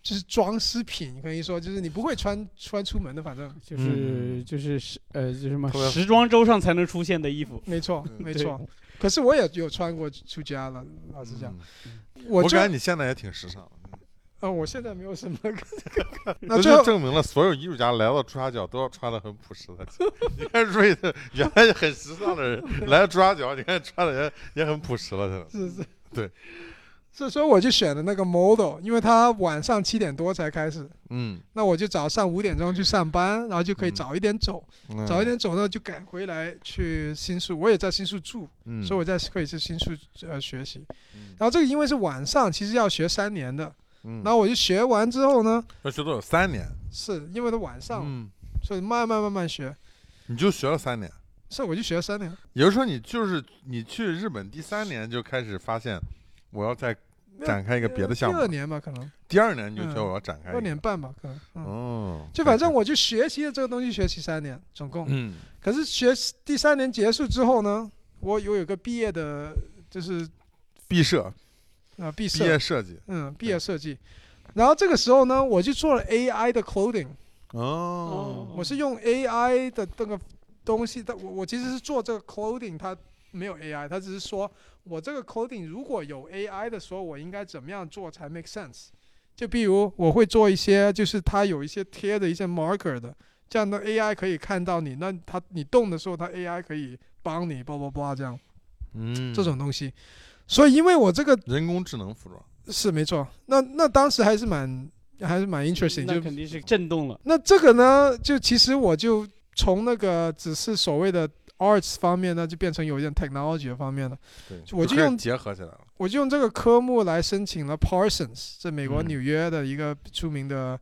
Speaker 3: 就是装饰品，可以说就是你不会穿穿出门的，反正
Speaker 2: 就是
Speaker 1: 嗯
Speaker 2: 就是时呃，就是什么
Speaker 1: 特别
Speaker 2: 时装周上才能出现的衣服。
Speaker 3: 没错
Speaker 1: 嗯
Speaker 3: 没错。可是我也有穿过出家了，老实讲，
Speaker 1: 嗯
Speaker 3: 我
Speaker 1: 我
Speaker 3: 就
Speaker 1: 感觉你现在也挺时尚的。
Speaker 3: 呃，我现在没有什么。那
Speaker 1: 这
Speaker 3: 最后
Speaker 1: 就证明了所有艺术家来到朱家角都要穿的很朴实 的。你看瑞的原来很时尚的人来到朱家角，你看穿的也也很朴实了，现在。
Speaker 3: 是是，
Speaker 1: 对，
Speaker 3: 所以说我就选的那个 model，因为他晚上七点多才开始，
Speaker 1: 嗯，
Speaker 3: 那我就早上五点钟去上班，然后就可以
Speaker 1: 嗯
Speaker 3: 早一点走，
Speaker 1: 嗯
Speaker 3: 早一，点走呢就赶回来去新宿，我也在新宿住，
Speaker 1: 嗯，
Speaker 3: 所以我在可以去新宿呃学习。
Speaker 1: 嗯，
Speaker 3: 然后这个因为是晚上，其实要学三年的，
Speaker 1: 嗯
Speaker 3: 然后我就学完之后呢，
Speaker 1: 要学多少？三年。
Speaker 3: 是因为都晚上，
Speaker 1: 嗯，
Speaker 3: 所以慢慢慢慢学，
Speaker 1: 你就学了三年，
Speaker 3: 所以我就学了三年。
Speaker 1: 也就是说你就是你去日本第三年就开始发现我要再展开一个别的项
Speaker 3: 第二
Speaker 1: 目，哎
Speaker 3: 年吧，可能
Speaker 1: 第二年你就
Speaker 3: 嗯
Speaker 1: 觉得我要展开一个
Speaker 3: 二年，半吧，可能。嗯，
Speaker 1: 哦，
Speaker 3: 就反正我就学习了这个东西，学习三年，总共。
Speaker 1: 嗯
Speaker 3: 可是学第三年结束之后呢，我有有个毕业的，就是
Speaker 1: 毕设
Speaker 3: 呃毕
Speaker 1: 毕
Speaker 3: 设
Speaker 1: 业，设计，
Speaker 3: 嗯，毕业设计。然后这个时候呢，我就做了 AI 的 clothing，
Speaker 1: 哦，
Speaker 3: 我是用 AI 的这个东西，但我我其实是做这个 clothing，它没有 AI，它只是说我这个 clothing 如果有 AI 的时候，我应该怎么样做才 make sense？就比如我会做一些，就是它有一些贴的一些 marker 的，这样的 AI 可以看到你，那它你动的时候，它 AI 可以帮你，叭叭叭这样
Speaker 1: 嗯，
Speaker 3: 这种东西。所以因为我这个
Speaker 1: 人工智能服装，
Speaker 3: 是没错，那那当时还是蛮还是蛮 interesting，
Speaker 2: 那
Speaker 3: 就
Speaker 2: 肯定是震动了。
Speaker 3: 那这个呢，就其实我就从那个只是所谓的 arts 方面呢，就变成有一点 technology 的方面了。
Speaker 1: 对，
Speaker 3: 就我就
Speaker 1: 开始
Speaker 3: 用
Speaker 1: 结合起来了。
Speaker 3: 我就用这个科目来申请了 Parsons，这美国
Speaker 1: 嗯
Speaker 3: 纽约的一个出名的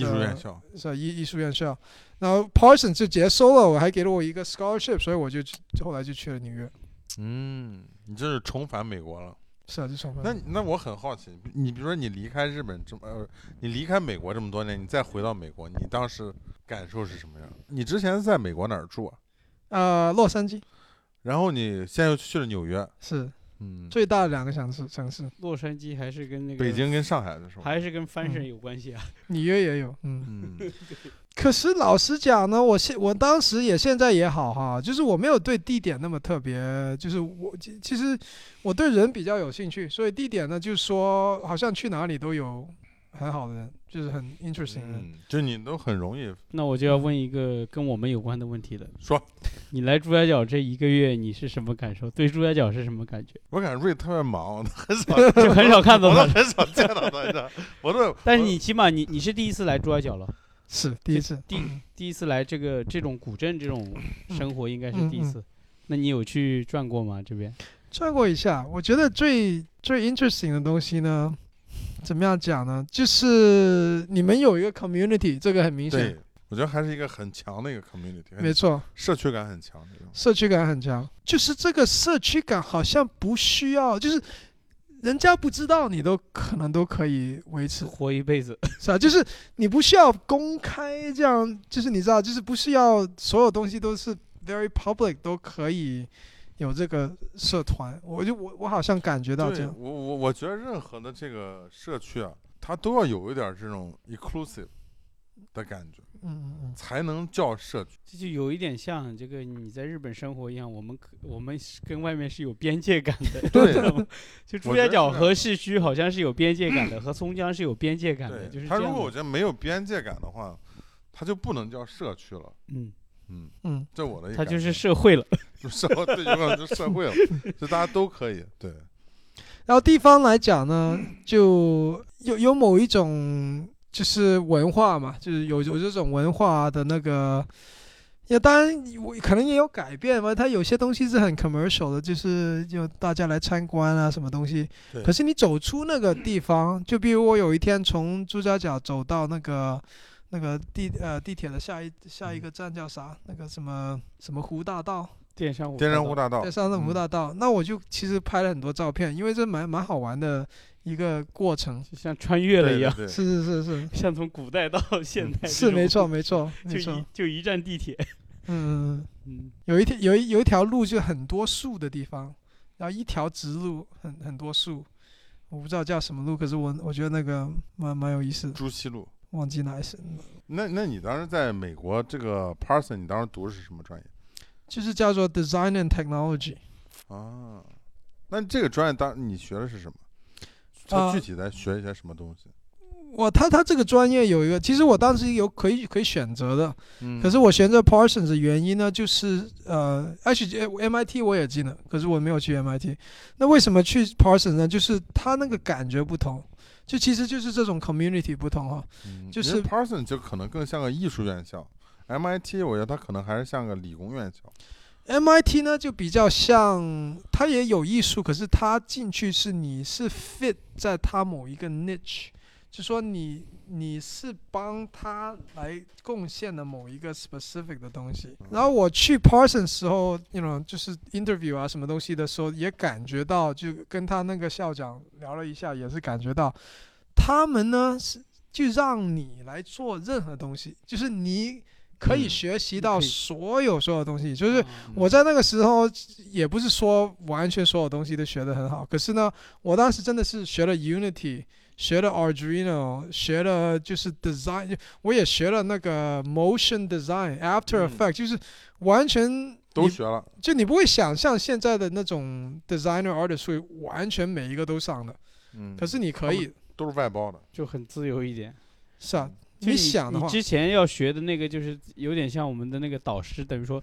Speaker 1: 艺
Speaker 3: 呃
Speaker 1: 术院校，
Speaker 3: 是吧艺艺术院校，然后 Parsons 就接收了我，还给了我一个 scholarship，所以我就后来就去了纽约。
Speaker 1: 嗯，你这是重返美国了。
Speaker 3: 是啊，就上班。
Speaker 1: 那那我很好奇，你比如说你离开日本这么，呃，你离开美国这么多年，你再回到美国，你当时感受是什么样？你之前在美国哪儿住啊？
Speaker 3: 呃，洛杉矶
Speaker 1: 然后你现在又去了纽约，
Speaker 3: 是
Speaker 1: 嗯，
Speaker 3: 最大的两个城市，城市
Speaker 2: 洛杉矶还是跟那个
Speaker 1: 北京跟上海的时候，
Speaker 2: 还是跟 fashion
Speaker 3: 嗯
Speaker 2: 有关系啊。
Speaker 3: 纽约也有，嗯。
Speaker 1: 嗯，
Speaker 3: 可是老实讲呢，我现我当时也现在也好哈，就是我没有对地点那么特别，就是我其其实我对人比较有兴趣，所以地点呢，就是说好像去哪里都有很好的人，就是很 interesting 的人。
Speaker 1: 嗯，就你都很容易
Speaker 2: 那我就要问一个跟我们有关的问题了。
Speaker 1: 说，
Speaker 2: 你来朱家角这一个月，你是什么感受？对朱家角是什么 感觉？
Speaker 1: 我感觉瑞特别 忙，很少，
Speaker 2: 就很少看到
Speaker 1: 我都
Speaker 2: 他，
Speaker 1: 很少见到他，你 知道？我都，
Speaker 2: 但是你起码你你是第一次来朱家角
Speaker 1: 嗯
Speaker 2: 了，
Speaker 3: 是第一次，
Speaker 2: 第第一次来这个这种古镇这种生活应该是第一次。那你有去转过吗？这边
Speaker 3: 转过一下，我觉得最最 interesting 的东西呢，怎么样讲呢？就是你们有一个 community，这个很明显
Speaker 1: 对，，我觉得还是一个很强的一个 community，
Speaker 3: 没错，
Speaker 1: 社区感很强这种。
Speaker 3: 社区感很强，就是这个社区感好像不需要，就是人家不知道你都可能都可以维持，
Speaker 2: 活一辈子，
Speaker 3: 是吧？ 就是你不需要公开这样，就是你知道，就是不需要所有东西都是 very public 都可以有这个社团。我就我我好像感觉到这
Speaker 1: 对
Speaker 3: 样，
Speaker 1: 我我我觉得任何的这个社区啊，它都要有一点这种 inclusive 的感觉，
Speaker 3: 嗯嗯嗯，
Speaker 1: 才能叫社区。
Speaker 2: 这就有一点像这个你在日本生活一样，我们可我们是跟外面是有边界感 的，
Speaker 1: 对
Speaker 2: 知道吗就朱
Speaker 1: 我觉
Speaker 2: 家
Speaker 1: 得
Speaker 2: 角
Speaker 1: 是嗯
Speaker 2: 和市区好像是有边界感的，和松江是有边界感的，就是
Speaker 1: 它
Speaker 2: 这
Speaker 1: 如
Speaker 2: 样
Speaker 1: 果我
Speaker 2: 的。
Speaker 1: 觉得没有边界感的话，它就不能叫社区了。
Speaker 2: 嗯，
Speaker 1: 嗯，
Speaker 3: 嗯，
Speaker 1: 这我的一
Speaker 2: 它
Speaker 1: 感
Speaker 2: 就是
Speaker 1: 觉
Speaker 2: 社 会了。
Speaker 1: 就社会，对，有可能就社 会了，就大家都可以。对，
Speaker 3: 然后地方来讲呢，就有有某一种就是文化嘛，就是有有这种文化的那个，也当然我可能也有改变嘛。它有些东西是很 commercial 的，就是就大家来参观啊，什么东西
Speaker 1: 对。
Speaker 3: 可是你走出那个地方，就比如我有一天从朱家角走到那个。那个地呃地铁的下一下一个站叫啥？那个什么什么湖大道，
Speaker 2: 电商五
Speaker 1: 电
Speaker 2: 大
Speaker 1: 商
Speaker 2: 道
Speaker 1: 湖大道
Speaker 3: 在，上圣湖
Speaker 1: 嗯
Speaker 3: 大道，那我就其实拍了很多照片，因为这蛮蛮好玩的一个过程。
Speaker 2: 就像穿越了一样，
Speaker 1: 对对对嗯
Speaker 3: 是是是是
Speaker 2: 像从古代到现代这种，
Speaker 3: 是，没错 没错没
Speaker 2: 就
Speaker 3: 错
Speaker 2: 一，就一站地铁。
Speaker 3: 嗯，嗯嗯
Speaker 2: 嗯，
Speaker 3: 有一条有一有一条路就很多树的地方，然后一条直路很很多树，我不知道叫什么路，可是我我觉得那个蛮蛮有意思的，
Speaker 1: 朱熹路。
Speaker 3: 忘记哪一是，
Speaker 1: 那那你当时在美国这个 Parson，你当时读的是什么专业
Speaker 3: 就是叫做 Design and Technology。
Speaker 1: 啊？那这个专业当你学的是什么？
Speaker 3: 啊
Speaker 1: 它具体在学一些什么东西？
Speaker 3: 哇，他他这个专业有一个，其实我当时有可以可以选择的，
Speaker 1: 嗯
Speaker 3: 可是我选择 Parsons 的原因呢，就是呃，H MIT 我也进了，可是我没有去 MIT。那为什么去 Parsons 呢？就是它那个感觉不同，就其实就是这种 community 不同哈、哦
Speaker 1: 嗯
Speaker 3: 就
Speaker 1: 因
Speaker 3: 是
Speaker 1: 为 Parson 就可能更像个艺术院校，MIT 我觉得它可能还是像个理工院校。
Speaker 3: MIT 呢就比较像，它也有艺术，可是它进去是你是 fit 在它某一个 niche，就说你你是帮他来贡献的某一个 specific 的东西。然后我去 Parsons 时候，you know，就是 interview 啊什么东西的时候，也感觉到，就跟他那个校长聊了一下，也是感觉到他们呢是就让你来做任何东西，就是你可以
Speaker 1: 嗯
Speaker 3: 学习
Speaker 2: 你
Speaker 3: 到
Speaker 2: 可以
Speaker 3: 所有所有东西，就是
Speaker 2: 啊
Speaker 3: 我在那个时候也不是说完全所有东西都学得很好，可是呢，我当时真的是学了 Unity，学了 Arduino，学了就是 design，我也学了那个 motion design、After
Speaker 1: 嗯
Speaker 3: Effect，、就是完全
Speaker 1: 都
Speaker 3: 你
Speaker 1: 学了，
Speaker 3: 就你不会想象现在的那种 designer artist 会完全每一个都上的，
Speaker 1: 嗯，
Speaker 3: 可是你可以，
Speaker 1: 都是外包的，
Speaker 2: 就很自由一点。
Speaker 3: 是
Speaker 1: 嗯
Speaker 3: 啊，
Speaker 2: 就你
Speaker 3: 想的
Speaker 2: 你
Speaker 3: 话，
Speaker 2: 之前要学的那个就是有点像我们的那个导师，等于说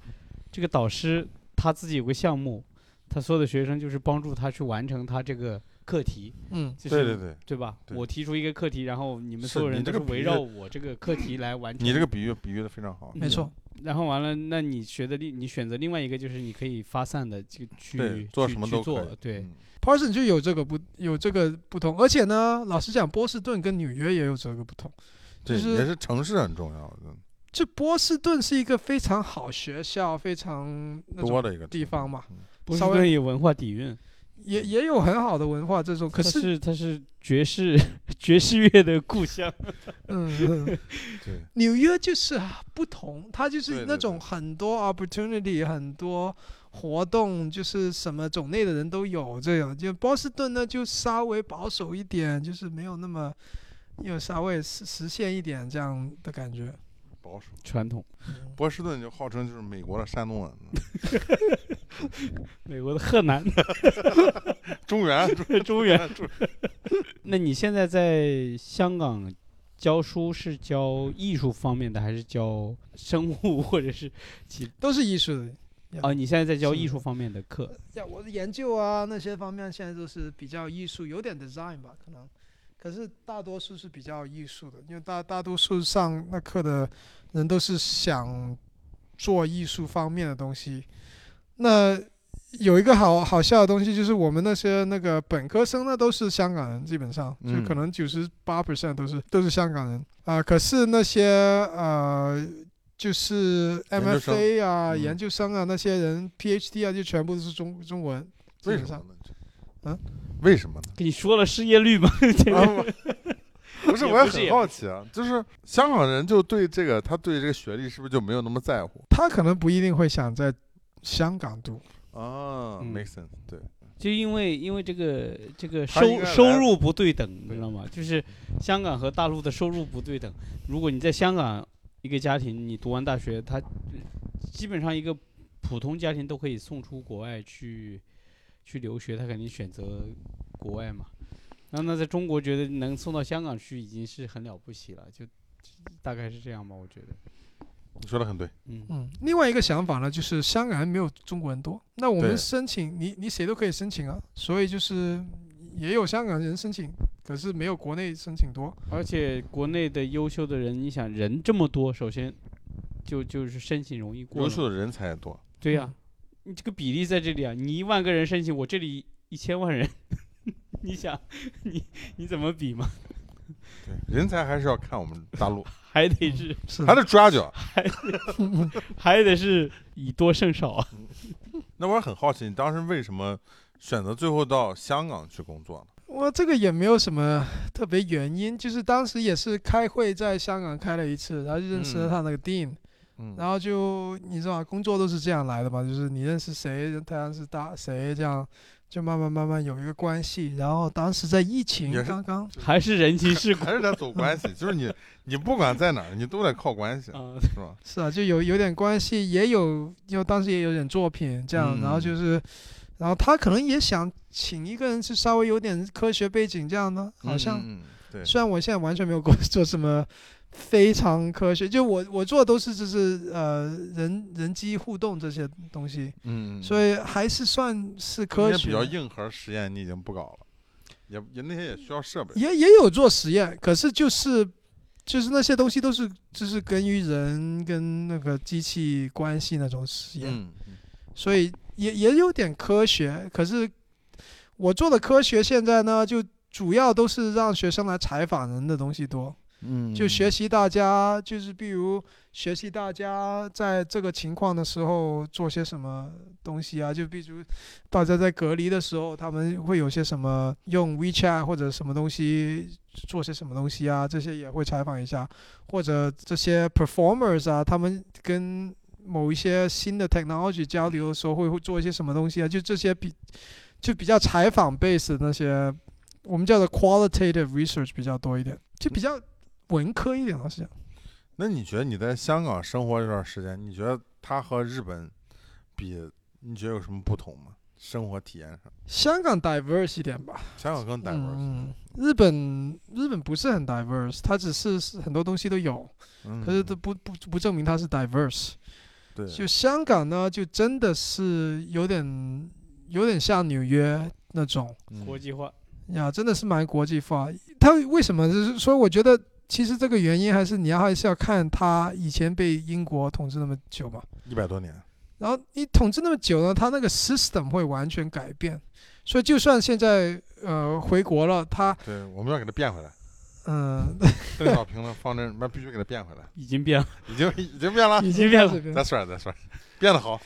Speaker 2: 这个导师他自己有个项目，他所有的学生就是帮助他去完成他这个课题，
Speaker 3: 嗯，
Speaker 2: 就是
Speaker 1: 对对对，
Speaker 2: 对吧？
Speaker 1: 对
Speaker 2: 我提出一个课题，然后你们
Speaker 1: 是
Speaker 2: 所有人
Speaker 1: 你
Speaker 2: 都
Speaker 1: 这
Speaker 2: 是
Speaker 1: 个
Speaker 2: 围
Speaker 1: 比喻
Speaker 2: 绕我这个课题来完成。
Speaker 1: 你这个比喻比喻的非常好。
Speaker 3: 没错，
Speaker 2: 然后完了，那你学的另你选择另外一个就是你可以发散的去
Speaker 1: 对
Speaker 2: 去，
Speaker 1: 做
Speaker 2: 去
Speaker 1: 什么
Speaker 2: 去
Speaker 1: 都
Speaker 2: 做
Speaker 1: 可以。
Speaker 2: 对，
Speaker 1: 嗯
Speaker 3: Parson 就有这个不有这个不同，而且呢，老实讲，波士顿跟纽约也有这个不同。
Speaker 1: 对，
Speaker 3: 就是
Speaker 1: 也是城市很重要嗯的，
Speaker 3: 这波士顿是一个非常好学校，非常那种
Speaker 1: 多的一个
Speaker 3: 地方嘛，
Speaker 1: 嗯
Speaker 2: 波士
Speaker 3: 稍微
Speaker 2: 顿有文化底蕴，
Speaker 3: 也也有很好的文化这种。可
Speaker 2: 它
Speaker 3: 是，
Speaker 2: 是它是爵士 爵士乐的故乡。
Speaker 3: 嗯，嗯
Speaker 1: 对，
Speaker 3: 纽约就是啊不同，它就
Speaker 1: 对
Speaker 3: 是
Speaker 1: 对
Speaker 3: 那种
Speaker 1: 对
Speaker 3: 很多 opportunity，很多活动，就是什么种类的人都有这样。就波士顿呢，就稍微保守一点，就是没有那么。又稍微实实现一点这样的感觉，
Speaker 1: 保守。
Speaker 2: 传统，
Speaker 3: 嗯
Speaker 1: 波士顿就号称就是美国的山东人，嗯
Speaker 2: 美国的河南
Speaker 1: 中 原中
Speaker 2: 中原。那你现在在香港教书是教艺术方面的，还是教生物或者是其
Speaker 3: 都是艺术的。
Speaker 2: 啊？你现在在教
Speaker 3: 是
Speaker 2: 艺
Speaker 3: 的
Speaker 2: 术方面的课，
Speaker 3: 呀，我的研究啊那些方面现在都是比较艺术，有点 design 吧，可能，可是大多数是比较艺术的，因为大大多数上那课的人都是想做艺术方面的东西。那有一个好好笑的东西，就是我们那些那个本科生呢，都是香港人，基本上就
Speaker 1: 嗯
Speaker 3: 可能九十八 percent 都是都是香港人啊、可是那些呃，就是
Speaker 1: 研究生
Speaker 3: MFA 啊、
Speaker 1: 嗯
Speaker 3: 研究生啊那些人 PhD 啊，就全部都是中中文。基
Speaker 1: 为
Speaker 3: 本
Speaker 1: 什么
Speaker 3: 上
Speaker 1: 呢？
Speaker 3: 嗯，
Speaker 1: 为什么呢？
Speaker 2: 跟你说了失业率吗？这 个
Speaker 1: 啊不不是，
Speaker 2: 也
Speaker 1: 我也
Speaker 2: 不是也
Speaker 1: 很好奇啊，就是香港人就对这个，他对这个学历是不是就没有那么在乎
Speaker 3: 他可能不一定会想在香港读，
Speaker 1: 啊
Speaker 2: 嗯
Speaker 1: ？Make sense，对，
Speaker 2: 就因为因为这个这个
Speaker 1: 他应
Speaker 2: 收
Speaker 1: 该来
Speaker 2: 收入不对等，你
Speaker 1: 对
Speaker 2: 知道吗？就是香港和大陆的收入不对等。如果你在香港一个家庭，你读完大学，他基本上一个普通家庭都可以送出国外去去留学，他肯定选择国外嘛。然后那在中国觉得能送到香港去已经是很了不起了，就大概是这样吧，我觉得。
Speaker 1: 你说的很对，
Speaker 2: 嗯，
Speaker 3: 嗯，另外一个想法呢，就是香港人没有中国人多，那我
Speaker 1: 对
Speaker 3: 们申请，你你谁都可以申请啊，所以就是也有香港人申请，可是没有国内申请多。
Speaker 2: 而且国内的优秀的人，你想人这么多，首先就就是申请容易过
Speaker 1: 优
Speaker 2: 了
Speaker 1: 秀的人才也多，
Speaker 2: 对呀、
Speaker 3: 嗯
Speaker 2: 你这个比例在这里啊，你一万个人申请，我这里一千万人， 你想你你怎么比嘛？
Speaker 1: 对，人才还是要看我们大陆，
Speaker 2: 还得是
Speaker 3: 是
Speaker 1: 还得抓啊脚。
Speaker 2: 还得是以多胜少啊。
Speaker 1: 那我也很好奇，你当时为什么选择最后到香港去工作呢？
Speaker 3: 我这个也没有什么特别原因，就是当时也是开会在香港开了一次，然后就认识了
Speaker 1: 嗯
Speaker 3: 他那个 Dean，、
Speaker 1: 嗯，
Speaker 3: 然后就你知道吧，工作都是这样来的嘛，就是你认识谁，他认识大谁，这样就慢慢慢慢有一个关系。然后当时在疫情
Speaker 1: 也是
Speaker 3: 刚刚，
Speaker 2: 还是人情世故
Speaker 1: 还是得走关系，就是你，你不管在哪儿，你都得靠关系，
Speaker 2: 啊，
Speaker 1: 是吧？
Speaker 3: 是啊，就有有点关系，也有有当时也有点作品
Speaker 1: 嗯
Speaker 3: 这样，然后就是，然后他可能也想请一个人是稍微有点科学背景这样的，好像、
Speaker 1: 嗯，嗯嗯对，
Speaker 3: 虽然我现在完全没有工作 什么非常科学，就我我做的都是就是呃人人机互动这些东西，
Speaker 1: 嗯，
Speaker 3: 所以还是算是科
Speaker 1: 那些
Speaker 3: 学
Speaker 1: 比较硬核实验你已经不搞了，也也那些也需要设备。
Speaker 3: 也也有做实验，可是就是就是那些东西都是就是跟于人跟那个机器关系那种实验，
Speaker 1: 嗯，嗯
Speaker 3: 所以也也有点科学。可是我做的科学现在呢，就主要都是让学生来采访人的东西多，
Speaker 1: 嗯
Speaker 3: 就学习大家就是比如学习大家在这个情况的时候做些什么东西啊，就比如大家在隔离的时候，他们会有些什么用 WeChat 或者什么东西做些什么东西啊，这些也会采访一下，或者这些 performers 啊，他们跟某一些新的 technology 交流的时候会会做一些什么东西啊，就这些比就比较采访 base 的那些，我们叫做 qualitative research 比较多一点，就比较文科一点，老实讲。
Speaker 1: 那你觉得你在香港生活这段时间，你觉得它和日本比，你觉得有什么不同吗？生活体验上，
Speaker 3: 香港 diverse 一点吧，
Speaker 1: 香港更 diverse，
Speaker 3: 嗯，日本日本不是很 diverse，它只是是很多东西都有，
Speaker 1: 嗯
Speaker 3: 可是都不不不证明它是 diverse。
Speaker 1: 对，
Speaker 3: 就香港呢，就真的是有点有点像纽约那种
Speaker 1: 嗯
Speaker 2: 国际化，
Speaker 3: 呀，真的是蛮国际化。它为什么？就是说，我觉得其实这个原因还是你要还是要看它以前被英国统治那么久嘛。
Speaker 1: 一百多年，
Speaker 3: 然后你统治那么久呢，它那个 system 会完全改变，所以就算现在呃回国了，它
Speaker 1: 对，我们要给它变回来。
Speaker 3: 嗯、
Speaker 1: 邓小平的方针，那必须给它变回来，
Speaker 2: 已经变了，
Speaker 1: 已经已经变了。
Speaker 2: 已经变
Speaker 3: 这
Speaker 2: 了。
Speaker 3: 边
Speaker 1: That's right, that's right，变得好。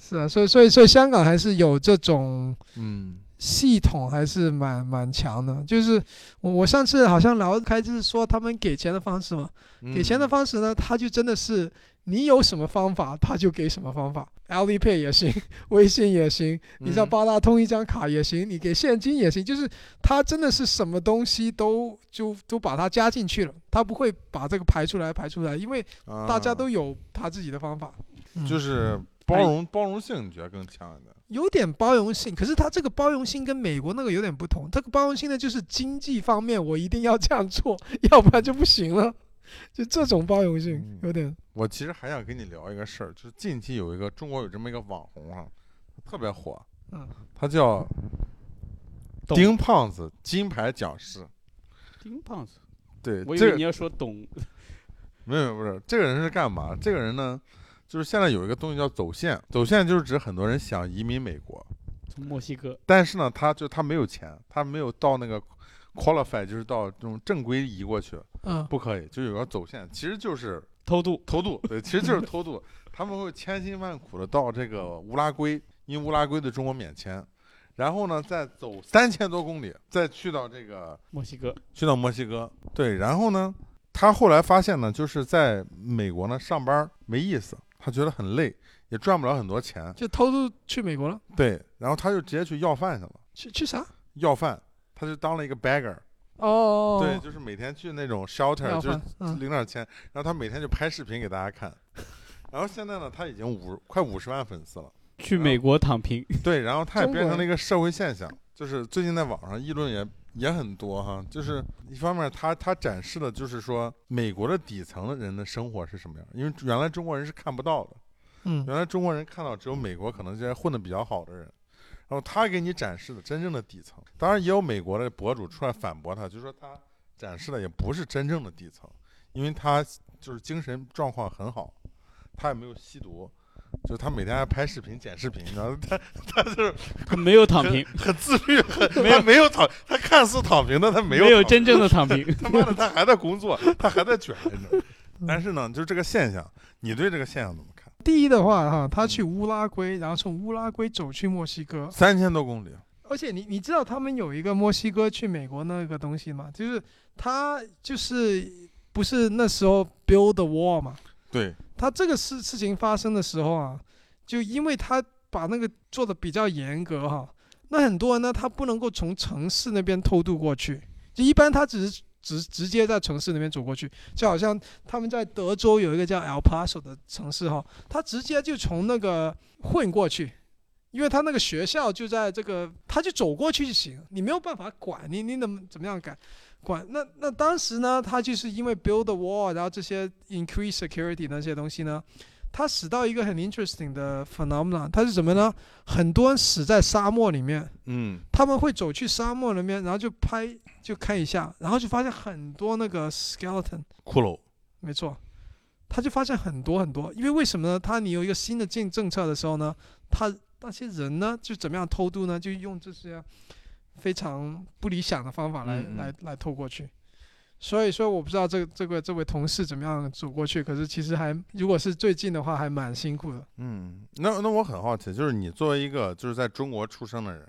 Speaker 3: 是啊，所以所以所以香港还是有这种
Speaker 1: 嗯，
Speaker 3: 系统还是蛮蛮强的，就是我我上次好像聊开就是说他们给钱的方式嘛，
Speaker 1: 嗯
Speaker 3: 给钱的方式呢，他就真的是你有什么方法他就给什么方法，LPay 也行， 微信也行，你像
Speaker 1: 嗯
Speaker 3: 八达通一张卡也行，你给现金也行，就是他真的是什么东西都就都把它加进去了，他不会把这个排出来排出来，因为
Speaker 1: 嗯啊
Speaker 3: 大家都有他自己的方法，嗯
Speaker 1: 就是包容包容性，你觉得更强一点？
Speaker 3: 有点包容性，可是它这个包容性跟美国那个有点不同。这个包容性呢，就是经济方面我一定要这样做，要不然就不行了，就这种包容性
Speaker 1: 嗯
Speaker 3: 有点
Speaker 1: 我其实还想跟你聊一个事儿，就是近期有一个中国有这么一个网红啊，特别火，
Speaker 3: 嗯，
Speaker 1: 他叫
Speaker 2: 懂
Speaker 1: 丁胖子金牌讲师。
Speaker 2: 丁胖子，
Speaker 1: 对，
Speaker 2: 我以
Speaker 1: 这
Speaker 2: 为
Speaker 1: 个
Speaker 2: 你要说懂
Speaker 1: 没有不是这个人是干嘛？这个人呢，就是现在有一个东西叫走线，走线就是指很多人想移民美国，
Speaker 2: 从墨西哥，
Speaker 1: 但是呢，他就他没有钱，他没有到那个 qualify，就是到这种正规移过去，
Speaker 3: 嗯
Speaker 1: 不可以，就有个走线，其实就是
Speaker 2: 偷渡，
Speaker 1: 偷渡， 对，其实就是偷渡。他们会千辛万苦的到这个乌拉圭，因为乌拉圭对中国免签，然后呢再走三千多公里，再去到这个
Speaker 2: 墨西哥，
Speaker 1: 去到墨西哥，对，然后呢，他后来发现呢，就是在美国呢上班没意思，他觉得很累，也赚不了很多钱，
Speaker 3: 就偷渡去美国了，
Speaker 1: 对，然后他就直接去要饭去了，
Speaker 3: 去去啥？
Speaker 1: 要饭，他就当了一个 beggar，
Speaker 3: 哦，
Speaker 1: 对，，就是每天去那种 shelter，
Speaker 3: 要
Speaker 1: 就是
Speaker 3: 换，嗯，
Speaker 1: 零点钱，然后他每天就拍视频给大家看。然后现在呢，他已经五快五十万粉丝了。
Speaker 2: 去美国躺 平，
Speaker 1: 对，然后他也
Speaker 3: 中国
Speaker 1: 变成了
Speaker 3: 人
Speaker 1: 一个社会现象，就是最近在网上议论也也很多哈。就是一方面他，他展示的就是说美国的底层的人的生活是什么样，因为原来中国人是看不到的，
Speaker 3: 嗯，
Speaker 1: 原来中国人看到只有美国可能这些混得比较好的人。然后他给你展示的真正的底层，当然也有美国的博主出来反驳他，就说他展示的也不是真正的底层，因为他就是精神状况很好，他也没有吸毒，就是他每天还拍视频剪视频，然后他他就是
Speaker 2: 他没有躺平，
Speaker 1: 很自律，很没有没有躺，他看似躺平的，他没有
Speaker 2: 没有
Speaker 1: 躺平
Speaker 2: 真正的躺平，
Speaker 1: 他妈的他还在工作，他还在卷着 呢。但是呢，就是这个现象，你对这个现象怎么看？
Speaker 3: 第一的话哈，他去乌拉圭，然后从乌拉圭走去墨西哥，
Speaker 1: 三千多公里，
Speaker 3: 而且你你知道他们有一个墨西哥去美国那个东西吗？就是他就是不是那时候 build the wall 嘛？
Speaker 1: 对，
Speaker 3: 他这个事事情发生的时候啊，就因为他把那个做的比较严格哈、那很多人呢，他不能够从城市那边偷渡过去，就一般他只是直直接在城市那边走过去，就好像他们在德州有一个叫 El Paso 的城市哈、他直接就从那个混过去。因为他那个学校就在这个，他就走过去就行，你没有办法管你，你怎么怎么样改？管那那当时呢，他就是因为 build the wall，然后这些 increase security 那些东西呢，他死到一个很 interesting 的 phenomenon，它是什么呢？很多人死在沙漠里面，
Speaker 1: 嗯，
Speaker 3: 他们会走去沙漠里面，然后就拍就看一下，然后就发现很多那个 skeleton，
Speaker 1: 骷髅，
Speaker 3: 没错，他就发现很多很多，因为为什么呢？他你有一个新的政政策的时候呢，他那些人呢就怎么样偷渡呢？就用这些非常不理想的方法来
Speaker 1: 嗯嗯
Speaker 3: 来来偷过去。所以说我不知道这个这个这位同事怎么样走过去，可是其实还如果是最近的话，还蛮辛苦的。
Speaker 1: 嗯，那那我很好奇，就是你作为一个就是在中国出生的人，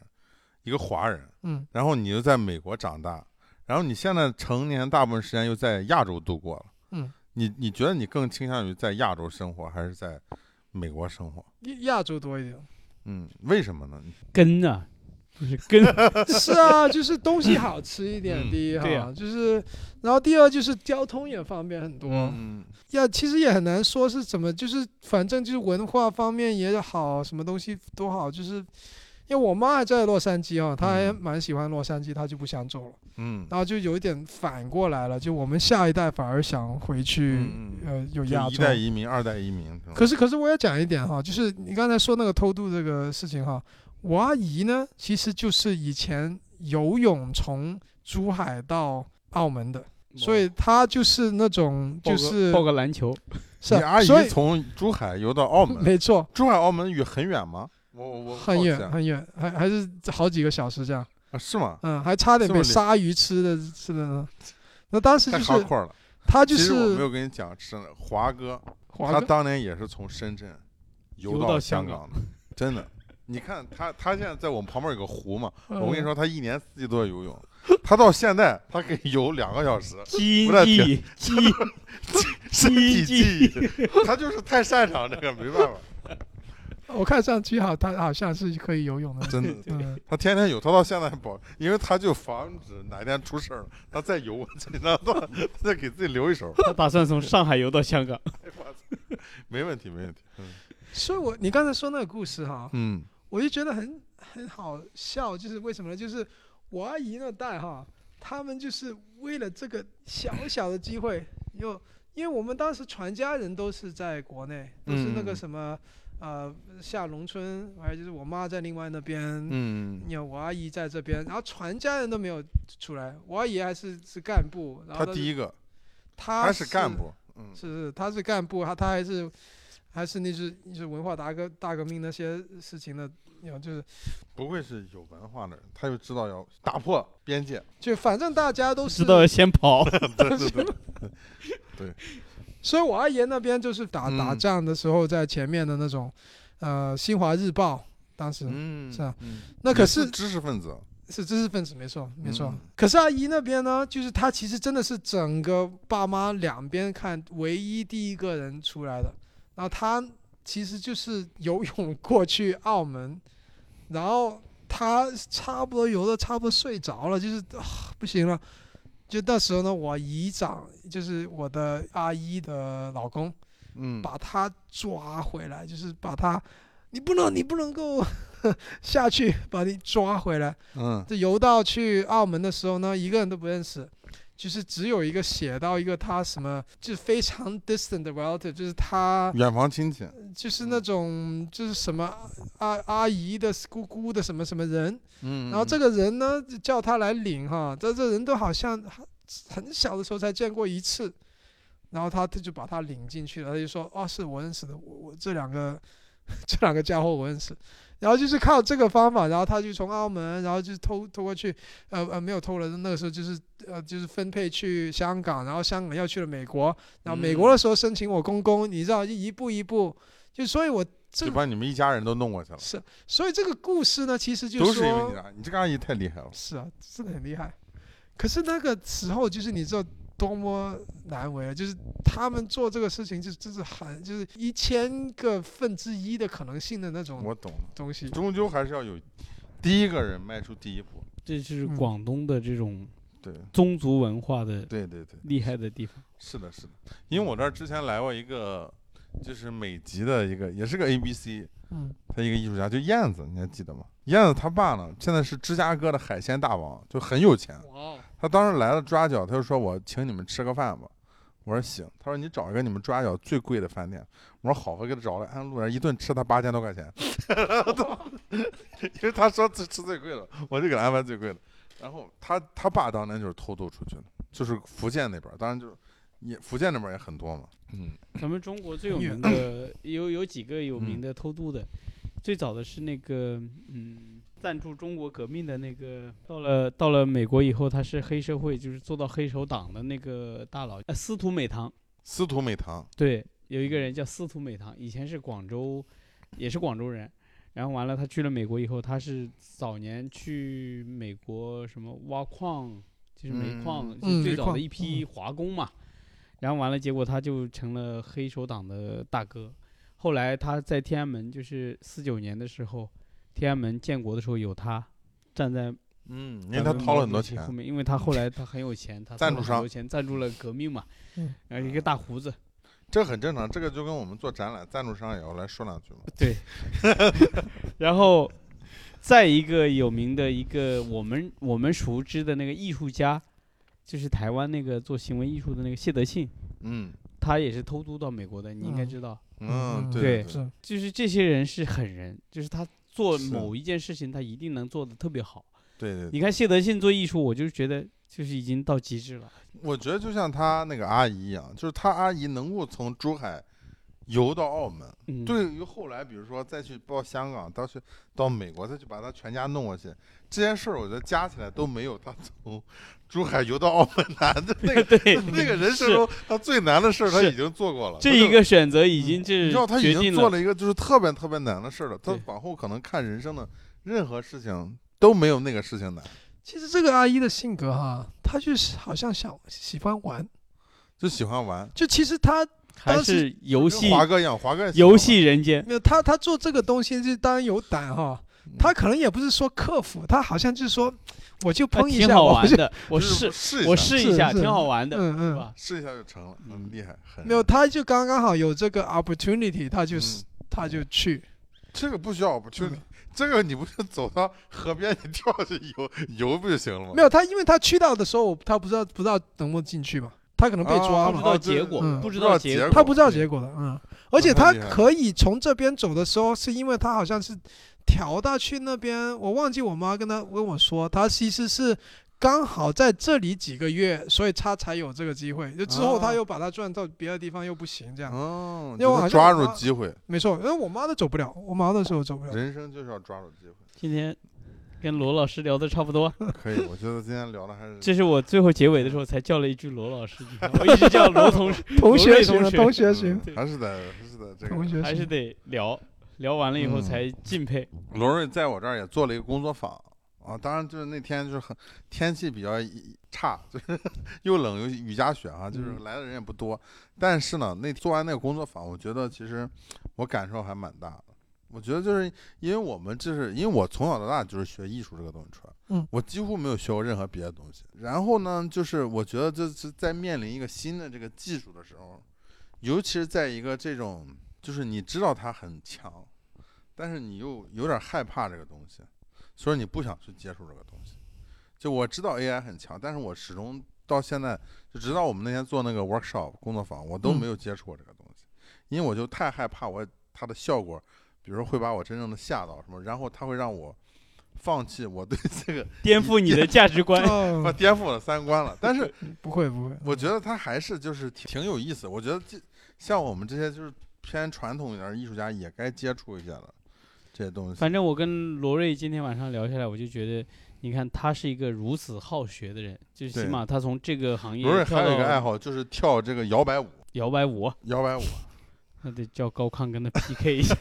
Speaker 1: 一个华人，
Speaker 3: 嗯，
Speaker 1: 然后你又在美国长大，然后你现在成年大部分时间又在亚洲度过了，
Speaker 3: 嗯，
Speaker 1: 你你觉得你更倾向于在亚洲生活还是在美国生活？
Speaker 3: 亚亚洲多 一点。
Speaker 1: 嗯，为什么呢？
Speaker 2: 根啊，就是根，
Speaker 3: 是啊，就是东西好吃一点，
Speaker 1: 嗯
Speaker 3: 第一哈，
Speaker 2: 对呀
Speaker 3: 就是，然后第二就是交通也方便很多。
Speaker 1: 嗯，
Speaker 3: 呀，其实也很难说是怎么，就是反正就是文化方面也好，什么东西都好，就是因为我妈还在洛杉矶啊，她还
Speaker 1: 嗯
Speaker 3: 蛮喜欢洛杉矶，她就不想走了，
Speaker 1: 嗯，
Speaker 3: 然后就有一点反过来了，就我们下一代反而想回去，
Speaker 1: 嗯嗯
Speaker 3: 呃，有亚
Speaker 1: 就
Speaker 3: 洲。
Speaker 1: 一代移民、二代移民，
Speaker 3: 可是，可是我要讲一点哈，就是你刚才说那个偷渡这个事情哈，我阿姨呢，其实就是以前游泳从珠海到澳门的，所以她就是那种
Speaker 2: 报
Speaker 3: 就
Speaker 2: 个
Speaker 3: 是
Speaker 2: 报个篮球，
Speaker 3: 是啊
Speaker 1: 你阿
Speaker 3: 所
Speaker 1: 姨
Speaker 3: 以
Speaker 1: 从珠海游到澳门，
Speaker 3: 没错，
Speaker 1: 珠海澳门远很远吗？我我我好
Speaker 3: 很
Speaker 1: 奇
Speaker 3: 远
Speaker 1: 啊
Speaker 3: 很远，还还是好几个小时这样，
Speaker 1: 啊，是吗？
Speaker 3: 嗯，还差点
Speaker 1: 这
Speaker 3: 被
Speaker 1: 么厉
Speaker 3: 鲨鱼吃的吃的呢。那当时
Speaker 1: 太
Speaker 3: 就
Speaker 1: 哈
Speaker 3: 是
Speaker 1: 阔了。
Speaker 3: 她就
Speaker 1: 其实我没
Speaker 3: 是
Speaker 1: 有跟你讲，是华哥，
Speaker 3: 华
Speaker 1: 他
Speaker 3: 哥
Speaker 1: 当年也是从深圳游
Speaker 2: 游到
Speaker 1: 香
Speaker 2: 香
Speaker 1: 港的，真的。你看他，他现在在我们旁边有个湖嘛，
Speaker 3: 嗯
Speaker 1: 我跟你说，他一年四季都在游泳，他到现在他可以游两个小时，
Speaker 2: 基
Speaker 1: 不太
Speaker 2: 因
Speaker 1: 听
Speaker 2: 记忆，基因
Speaker 1: 身体
Speaker 2: 记
Speaker 1: 记忆，他就是太擅长这个，没办法，
Speaker 3: 我看上去好，她好像是可以游泳的，
Speaker 1: 真的，
Speaker 3: 嗯，
Speaker 1: 他天天游，他到现在还保，因为他就防止哪天出事儿了，他再游，这那到 再给自己留一手，
Speaker 2: 他打算从上海游到香港。
Speaker 1: 没问题，没问题，嗯
Speaker 3: 所以我你刚才说那个故事哈，
Speaker 1: 嗯
Speaker 3: 我就觉得很很好笑，就是为什么呢？就是我阿姨那代哈，他们就是为了这个小小的机会， 又因为我们当时全家人都是在国内，都是那
Speaker 1: 嗯
Speaker 3: 个什么呃下农村，还有就是我妈在另外那边，
Speaker 1: 嗯，
Speaker 3: 有我阿姨在这边，然后全家人都没有出来，我阿姨还是是干部，然
Speaker 1: 他
Speaker 3: 后
Speaker 1: 第一个，
Speaker 3: 她
Speaker 1: 他是干部，嗯
Speaker 3: 是是，他是干部，他他还是还是那是就是文化大革大革命那些事情的，有就是
Speaker 1: 不愧是有文化的人，他就知道要打破边 界。
Speaker 3: 就反正大家都是
Speaker 2: 知道要先跑，
Speaker 1: 对对对，
Speaker 3: 所以我阿爷那边就是打打
Speaker 1: 嗯
Speaker 3: 仗的时候在前面的那种，呃，《新华日报》当时、
Speaker 1: 嗯
Speaker 3: 是啊
Speaker 1: 嗯
Speaker 3: 那可
Speaker 1: 也
Speaker 3: 是
Speaker 1: 知识分子，
Speaker 3: 是知识分子，没错没错。
Speaker 1: 嗯
Speaker 3: 可是阿姨那边呢，就是她其实真的是整个爸妈两边看唯一第一个人出来的，然后她其实就是游泳 过去澳门，然后她差不多游的差不多睡着了，就是、啊不行了。就那时候呢，我姨丈就是我的阿姨的老公，
Speaker 1: 嗯，
Speaker 3: 把她抓回来，就是把她，你不能你不能够 下去，把你抓回来。
Speaker 1: 嗯
Speaker 3: 这游到去澳门的时候呢，一个人都不认识，就是只有一个写到一个他什么，就是非常 distant 的 relative，就是他
Speaker 1: 远房亲戚，
Speaker 3: 就是那种就是什么阿阿姨的姑姑的什么什么人，
Speaker 1: 嗯，
Speaker 3: 然后这个人呢就叫他来领哈，这这人都好像很小的时候才见过一次，然后他他就把他领进去了，他就说哦是我认识的，我我这两个 这两个家伙我认识，然后就是靠这个方法，然后他就从澳门，然后就偷偷过去，呃呃没有偷了，那个时候就是呃就是分配去香港，然后香港要去了美国，然后美国的时候申请我公公，你知道一步一步，就所以我这
Speaker 1: 就把你们一家人都弄过去了，
Speaker 3: 是所以这个故事呢，其实就
Speaker 1: 都
Speaker 3: 是
Speaker 1: 是因为
Speaker 3: 说
Speaker 1: 你。啊，你这个阿姨太厉害了，
Speaker 3: 是啊，真的很厉害。可是那个时候，就是你知道多么难为啊！就是他们做这个事情，就真是很就是一千个分之一的可能性的那种
Speaker 1: 我懂了，
Speaker 3: 东西。
Speaker 1: 终究还是要有第一个人迈出第一步，
Speaker 2: 这是
Speaker 3: 嗯
Speaker 2: 广东的这种
Speaker 1: 对
Speaker 2: 宗族文化的
Speaker 1: 对对对，
Speaker 2: 厉害的地方。
Speaker 1: 是的，是的，因为我这儿之前来过一个，就是美籍的一个，也是个 A B C，
Speaker 2: 嗯，
Speaker 1: 他一个艺术家，就燕子，你还记得吗？燕子他爸呢，现在是芝加哥的海鲜大王，就很有钱。
Speaker 3: 哇，
Speaker 1: 他当时来了抓脚，他就说我请你们吃个饭吧。我说行，他说你找一个你们抓脚最贵的饭店。我说好，我给他找了，按路人一顿吃他八千多块钱， 因为他说吃吃最贵的，我就给他安排最贵的。然后他他爸当年就是偷渡出去的，就是福建那边儿，当然就是也福建那边儿也很多嘛。嗯
Speaker 2: 咱们中国最有
Speaker 3: 音乐
Speaker 2: 名 的有有几个有名
Speaker 1: 嗯
Speaker 2: 的偷渡的，最早的是那个嗯，赞助中国革命的那个，到了到了美国以后，他是黑社会，就是做到黑手党的那个大佬，呃，司徒美堂，
Speaker 1: 司徒美堂，
Speaker 2: 对，有一个人叫司徒美堂，以前是广州，也是广州人。然后完了，他去了美国以后，他是早年去美国什么挖矿，就是煤矿，
Speaker 1: 嗯
Speaker 2: 是
Speaker 3: 嗯
Speaker 2: 最
Speaker 3: 煤
Speaker 2: 早
Speaker 3: 矿
Speaker 2: 的一批华工嘛。然后完了，结果他就成了黑手党的大哥。后来他在天安门，就是四九年的时候，天安门建国的时候有他站在
Speaker 1: 嗯，因为他掏了很多钱
Speaker 2: 后，面因为他后来他很有钱，他
Speaker 1: 赞
Speaker 2: 掏了
Speaker 1: 助
Speaker 2: 很
Speaker 1: 商
Speaker 2: 多钱赞助了革命嘛
Speaker 3: 嗯，
Speaker 2: 然后一个大胡子，
Speaker 1: 这很正常。这个就跟我们做展览，赞助商也要来说两句嘛。
Speaker 2: 对，然后再一个有名的一个我们我们熟知的那个艺术家，就是台湾那个做行为艺术的那个谢德庆，
Speaker 1: 嗯
Speaker 2: 他也是偷渡到美国的，你应该
Speaker 3: 嗯
Speaker 2: 知道。
Speaker 1: 嗯，
Speaker 3: 嗯
Speaker 1: 对
Speaker 2: 对
Speaker 1: 对，
Speaker 3: 是
Speaker 2: 就是这些人是狠人，就是他做
Speaker 1: 是
Speaker 2: 某一件事情，他一定能做的特别好。
Speaker 1: 对对对，
Speaker 2: 你看谢德庆做艺术，我就觉得就是已经到极致了。
Speaker 1: 我觉得就像他那个阿姨一样，就是他阿姨能够从珠海游到澳门，
Speaker 2: 嗯，
Speaker 1: 对于后来比如说再去到香港，到去到美国，再去把他全家弄过去，这些事儿我觉得加起来都没有他从珠海游到澳门难 的那个。
Speaker 2: 对，
Speaker 1: 那个人生
Speaker 2: 是
Speaker 1: 中他最难的事儿他
Speaker 2: 是
Speaker 1: 已经做过了，
Speaker 2: 这
Speaker 1: 他就
Speaker 2: 一个选择已经
Speaker 1: 你
Speaker 2: 是
Speaker 1: 知道他已
Speaker 2: 决
Speaker 1: 经
Speaker 2: 定
Speaker 1: 做
Speaker 2: 了。
Speaker 1: 了一个就是特别特别难的事儿了，他
Speaker 2: 对
Speaker 1: 往后可能看人生的任何事情都没有那个事情难，
Speaker 3: 其实这个阿姨的性格哈，她就是好像想喜欢玩，
Speaker 1: 就喜欢玩，
Speaker 3: 就其实她
Speaker 2: 还
Speaker 3: 当时
Speaker 2: 是游
Speaker 1: 跟
Speaker 2: 戏
Speaker 1: 华哥一样，华哥也喜欢
Speaker 2: 游
Speaker 1: 玩
Speaker 2: 戏人间，
Speaker 3: 没有她她做这个东西就当然有胆哈，
Speaker 1: 嗯
Speaker 3: 她可能也不是说克服，她好像就是说我就
Speaker 2: 还
Speaker 3: 碰一
Speaker 2: 啊挺
Speaker 3: 下，
Speaker 2: 好
Speaker 3: 我
Speaker 2: 玩
Speaker 3: 就
Speaker 2: 的。我
Speaker 1: 就是
Speaker 2: 试，
Speaker 1: 试
Speaker 2: 我
Speaker 1: 一下
Speaker 2: 试一下，
Speaker 3: 是是
Speaker 2: 挺好玩的，
Speaker 3: 嗯
Speaker 2: 是
Speaker 3: 嗯，
Speaker 2: 吧？
Speaker 1: 试一下就成了，嗯，
Speaker 2: 嗯
Speaker 1: 厉害，很
Speaker 3: 没有，她就刚刚好有这个 opportunity，她就是
Speaker 1: 嗯
Speaker 3: 她就去，
Speaker 1: 这个不需要，不就
Speaker 3: 嗯
Speaker 1: 这个你不就走到河边你跳下去游 游不就行了吗？
Speaker 3: 没有她，因为她去到的时候，她不知道不知道能不能进去嘛，她可能被抓
Speaker 1: 啊
Speaker 2: 不
Speaker 1: 哦
Speaker 2: 知。
Speaker 3: 了
Speaker 2: 道
Speaker 1: 对
Speaker 2: 结果
Speaker 3: 嗯，
Speaker 2: 不知
Speaker 1: 不知道
Speaker 2: 道
Speaker 1: 结
Speaker 2: 结
Speaker 1: 果
Speaker 3: 他不知道结果的，嗯，而且他
Speaker 1: 厉害
Speaker 3: 可以从这边走的时候，是因为他好像是调到去那边，我忘记我妈跟他跟我说，他其实是刚好在这里几个月，所以他才有这个机会。就之后
Speaker 1: 啊
Speaker 3: 他又把他转到别的地方又不行，这样、
Speaker 1: 哦，
Speaker 3: 因为我
Speaker 1: 就是
Speaker 3: 好
Speaker 1: 抓
Speaker 3: 像
Speaker 1: 住
Speaker 3: 我
Speaker 1: 机会，
Speaker 3: 没错。因为我妈都走不了，我妈那时候走不了。
Speaker 1: 人生就是要抓住机会。
Speaker 2: 今天跟罗老师聊的差不多，
Speaker 1: 可以，我觉得今天聊的还是
Speaker 2: 这是我最后结尾的时候才叫了一句罗老师，你看我一直叫罗同学，
Speaker 3: 同学行
Speaker 2: 同
Speaker 3: 了，
Speaker 2: 学
Speaker 3: 同学
Speaker 1: 嗯
Speaker 3: 行，
Speaker 2: 对
Speaker 1: 还是得还是得这
Speaker 3: 同
Speaker 1: 个。
Speaker 3: 学
Speaker 2: 还是
Speaker 3: 行。
Speaker 2: 得聊，聊完了以后
Speaker 1: 嗯
Speaker 2: 才敬佩。
Speaker 1: 罗瑞在我这儿也做了一个工作坊啊，当然就是那天就是很天气比较差， 就是又冷又雨夹雪啊，就是
Speaker 2: 嗯
Speaker 1: 来的人也不多。但是呢，那做完那个工作坊，我觉得其实我感受还蛮大的。我觉得就是因为我们就是因为我从小到大就是学艺术这个东西出来，
Speaker 3: 嗯，
Speaker 1: 我几乎没有学过任何别的东西。然后呢，就是我觉得就是在面临一个新的这个技术的时候，尤其是在一个这种就是你知道它很强，但是你又有点害怕这个东西，所以你不想去接触这个东西。就我知道 AI 很强，但是我始终到现在，就直到我们那天做那个 workshop 工作坊，我都
Speaker 3: 嗯
Speaker 1: 没有接触过这个东西，因为我就太害怕我它的效果，比如说会把我真正的吓到什么，然后它会让我放弃我对这个，
Speaker 2: 颠覆你的价值观。
Speaker 1: 把
Speaker 3: 哦，
Speaker 1: 颠覆我的三观了。但是
Speaker 3: 不会不会，
Speaker 1: 哎我觉得他还是就是挺挺有意思。我觉得这像我们这些就是偏传统一点的艺术家也该接触一下的这些东西。
Speaker 2: 反正我跟罗瑞今天晚上聊下来，我就觉得，你看他是一个如此好学的人，就是起
Speaker 1: 对
Speaker 2: 码他从这个行业
Speaker 1: 罗瑞还
Speaker 2: 跳
Speaker 1: 有一个爱
Speaker 2: 到
Speaker 1: 好就是跳这个摇摆舞，
Speaker 2: 摇摆舞，
Speaker 1: 摇摆舞。
Speaker 2: 那得叫高亢跟他 PK 一下。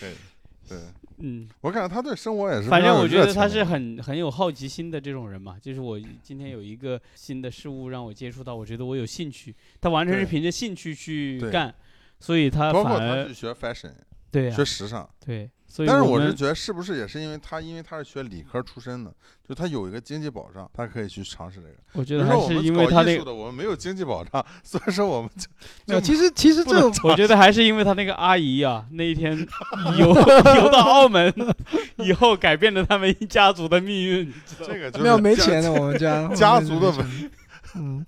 Speaker 1: 对
Speaker 2: 嗯，
Speaker 1: 我感觉他对生活也是非常
Speaker 2: 反正
Speaker 1: 有
Speaker 2: 我觉得
Speaker 1: 热
Speaker 2: 他
Speaker 1: 情
Speaker 2: 是
Speaker 1: 的
Speaker 2: 很很有好奇心的这种人嘛。就是我今天有一个新的事物让我接触到，我觉得我有兴趣，他完全是
Speaker 1: 对
Speaker 2: 凭着兴趣去
Speaker 1: 对
Speaker 2: 干，所以他
Speaker 1: 包
Speaker 2: 反
Speaker 1: 括他
Speaker 2: 而
Speaker 1: 去学 fashion，
Speaker 2: 对呀、
Speaker 1: 学时尚。
Speaker 2: 对，所以
Speaker 1: 但是我是
Speaker 2: 们
Speaker 1: 觉得是不是也是因为他，因为他是学理科出身的，就他有一个经济保障，他可以去尝试这个。
Speaker 2: 我觉
Speaker 1: 比
Speaker 2: 得
Speaker 1: 如
Speaker 2: 还
Speaker 1: 说我
Speaker 2: 是
Speaker 1: 们
Speaker 2: 因为
Speaker 1: 搞
Speaker 2: 他
Speaker 1: 艺
Speaker 2: 那
Speaker 1: 术
Speaker 2: 个，
Speaker 1: 的，我们没有经济保障， 所以说我们就
Speaker 3: 没有。其实其实这种
Speaker 2: 我觉得还是因为他那个阿姨啊，那 一天游游到澳门以后，改变了他们一家族的命运。
Speaker 1: 这个就是
Speaker 3: 没有没
Speaker 1: 家
Speaker 3: 钱的，我们家
Speaker 1: 家族的，
Speaker 3: 我们嗯。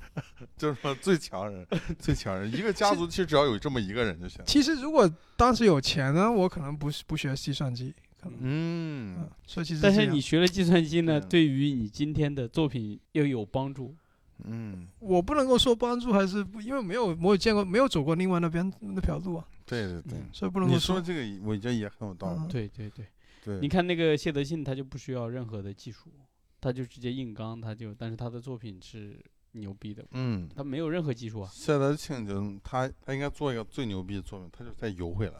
Speaker 1: 就是说最强 人，最强人，一个家族其实只要有这么一个人就行。
Speaker 3: 其实如果当时有钱呢，我可能不是不学计算机，可能。
Speaker 1: 嗯
Speaker 3: 嗯，，所以其实
Speaker 2: 但
Speaker 3: 这
Speaker 2: 是
Speaker 3: 样
Speaker 2: 你学了计算机
Speaker 1: 对
Speaker 2: 呢，
Speaker 1: 啊
Speaker 2: 对于你今天的作品又有帮助。
Speaker 1: 嗯，
Speaker 3: 我不能够说帮助，还是不因为没有没有见过，没有走过另外那边那条路啊，
Speaker 1: 对对对，
Speaker 3: 所以不能
Speaker 1: 你
Speaker 3: 够
Speaker 1: 说这个我觉得也很有道理。
Speaker 3: 嗯
Speaker 2: 对对对，
Speaker 1: 对，
Speaker 2: 你看那个谢德信，他就不需要任何的技术，他就直接硬刚，他就，但是他的作品是牛逼的，
Speaker 1: 嗯，
Speaker 2: 他没有任何 技术啊。
Speaker 1: 谢德庆就他他应该做一个最牛逼的作品，他就再游回来。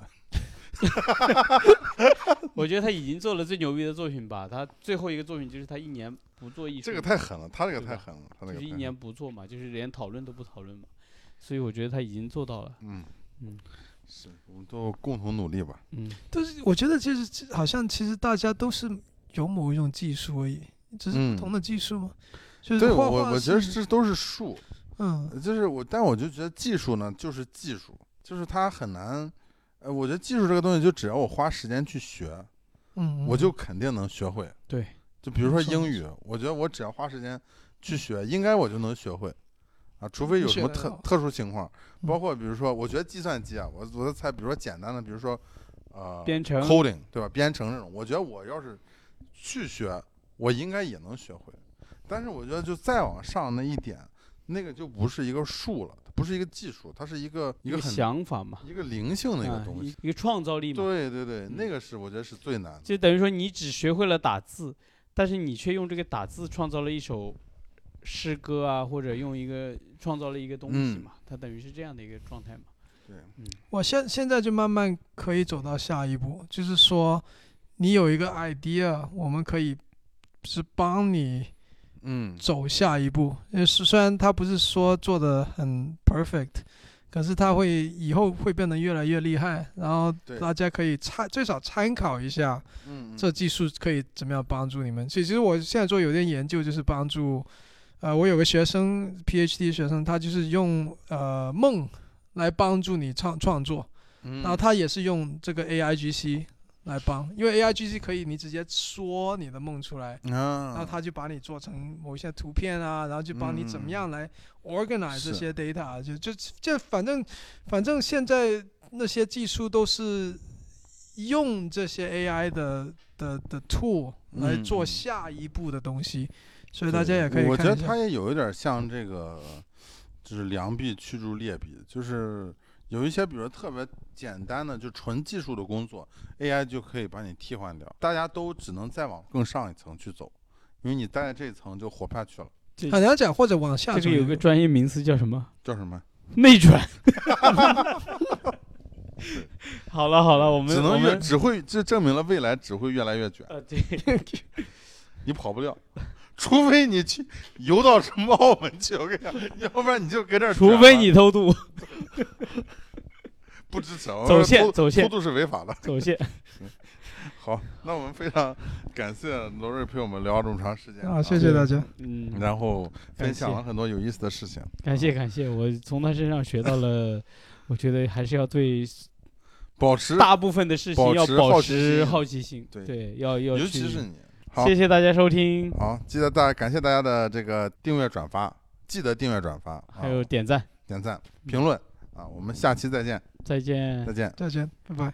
Speaker 2: 我觉得他已经做了最牛逼的作品吧，他最后一个作品就是他一年不做艺术，
Speaker 1: 这个太狠了，他这个
Speaker 2: 对
Speaker 1: 太
Speaker 2: 吧
Speaker 1: 狠了，他这个
Speaker 2: 就是
Speaker 1: 太
Speaker 2: 一
Speaker 1: 狠
Speaker 2: 年不做嘛，就是连讨论都不讨论嘛，所以我觉得他已经做到了。
Speaker 1: 嗯
Speaker 2: 嗯
Speaker 1: 是，我们都共同努力吧。
Speaker 2: 嗯，
Speaker 3: 都是我觉得其实好像其实大家都是有某一种技术而已，只是
Speaker 1: 嗯
Speaker 3: 不同的技术嘛。就是
Speaker 1: 对
Speaker 3: 画
Speaker 1: 我，
Speaker 3: 画
Speaker 1: 我觉得这都是术，
Speaker 3: 嗯
Speaker 1: 就是我，但我就觉得技术呢，就是技术，就是它很难。呃，我觉得技术这个东西，就只要我花时间去学，
Speaker 3: 嗯，
Speaker 1: 我
Speaker 3: 嗯
Speaker 1: 就肯定能学会。
Speaker 2: 对，嗯
Speaker 1: 就比如说
Speaker 3: 没错
Speaker 1: 英
Speaker 3: 没
Speaker 1: 语，我觉得我只要花时间去学，应该我就能学会。啊，除非
Speaker 3: 你
Speaker 1: 有什
Speaker 3: 学
Speaker 1: 么
Speaker 3: 得
Speaker 1: 特
Speaker 2: 哦
Speaker 3: 到
Speaker 1: 特殊情况，包
Speaker 3: 嗯
Speaker 1: 括比如说，我觉得计算机啊，我我的菜，比如说简单的，比如说，呃
Speaker 2: 编程
Speaker 1: ，coding 对吧？编程这种，我觉得我要是去学，我应该也能学会。但是我觉得就再往上那一点，那个就不是一个数了，它不是一个技术，它是一个一
Speaker 2: 一
Speaker 1: 个
Speaker 2: 个
Speaker 1: 很
Speaker 2: 想法嘛，
Speaker 1: 一个灵性的一个
Speaker 2: 啊，
Speaker 1: 东
Speaker 2: 一
Speaker 1: 西。
Speaker 2: 一个创造力嘛，
Speaker 1: 对对对，
Speaker 2: 嗯
Speaker 1: 那个是我觉得是最难的。
Speaker 2: 就等于说你只学会了打字，但是你却用这个打字创造了一首诗歌啊，或者用一个创造了一个东西
Speaker 1: 嗯
Speaker 2: 嘛，它等于是这样的一个状态嘛。
Speaker 1: 对，
Speaker 3: 我现现在就慢慢可以走到下一步，就是说，你有一个 idea，我们可以是帮你
Speaker 1: 嗯，
Speaker 3: 走下一步。呃，是虽然它不是说做的很 perfect，可是它会以后会变得越来越厉害，然后
Speaker 1: 对
Speaker 3: 大家可以参最少参考一下
Speaker 1: 嗯，
Speaker 3: 这技术可以怎么样帮助你们。所以其实我现在做有点研究，就是帮助，呃，我有个学生 PhD 学生，他就是用呃梦来帮助你创创作。
Speaker 1: 嗯，
Speaker 3: 然后他也是用这个 AIGC 来帮，因为 AIGC 可以你直接说你的梦出来，
Speaker 1: 啊，
Speaker 3: 然后他就把你做成某一些图片啊，然后就帮你怎么样来 organize
Speaker 1: 嗯是
Speaker 3: 这些 data，就啊就就反正反正现在那些技术都是用这些 AI 的的的 tool 来
Speaker 1: 嗯
Speaker 3: 做
Speaker 1: 嗯
Speaker 3: 下一步的东西，所以
Speaker 1: 对
Speaker 3: 大家也可以
Speaker 1: 我觉
Speaker 3: 看
Speaker 1: 得
Speaker 3: 一
Speaker 1: 它
Speaker 3: 下。嗯
Speaker 1: 也有一点儿像这个，就是良币驱逐劣币，就是有一些比如说特别简单的就纯技术的工作，AI 就可以把你替换掉，大家都只能再往更上一层去走，因为你待在这一层就活不下去了。
Speaker 3: 很难讲，或者往下
Speaker 2: 这
Speaker 3: 走
Speaker 2: 个有
Speaker 3: 一
Speaker 2: 个
Speaker 3: 步。
Speaker 2: 专业名词叫什么？
Speaker 1: 叫什么？
Speaker 2: 内卷。 好了好了，我们
Speaker 1: 只
Speaker 2: 我
Speaker 1: 能越
Speaker 2: 们
Speaker 1: 只会，这证明了未来只会越来越卷，
Speaker 2: 呃 对，
Speaker 1: 你跑不了，除非你去游到什么澳门去，我跟你讲，要不然你就搁这儿卷了。
Speaker 2: 除非你偷渡
Speaker 1: 不支持，我
Speaker 2: 走
Speaker 1: 们
Speaker 2: 线
Speaker 1: 偷
Speaker 2: 走线
Speaker 1: 偷渡是违法的。
Speaker 2: 走线，
Speaker 1: 好，那我们非常感谢罗瑞陪我们聊这么长时间
Speaker 3: 啊，谢谢大家。
Speaker 2: 嗯，
Speaker 1: 然后分享了
Speaker 2: 感
Speaker 1: 很多有意思的事情，
Speaker 2: 感谢感谢，我从他身上学到 了，我觉得还是要对
Speaker 1: 保持，
Speaker 2: 大部分的事情
Speaker 1: 保
Speaker 2: 要
Speaker 1: 持
Speaker 2: 保
Speaker 1: 好奇
Speaker 2: 持
Speaker 1: 心
Speaker 2: 好奇心，
Speaker 1: 对
Speaker 2: 对，要
Speaker 1: 尤
Speaker 2: 要去
Speaker 1: 其是你。好，
Speaker 2: 谢谢大家收听，
Speaker 1: 好，记得大家感谢大家的这个订阅转发，记得订阅转发，
Speaker 2: 还
Speaker 1: 啊
Speaker 2: 有点赞，
Speaker 1: 点赞评论啊，我们下期再见，
Speaker 2: 再见
Speaker 1: 再。见。
Speaker 3: 再见，拜拜。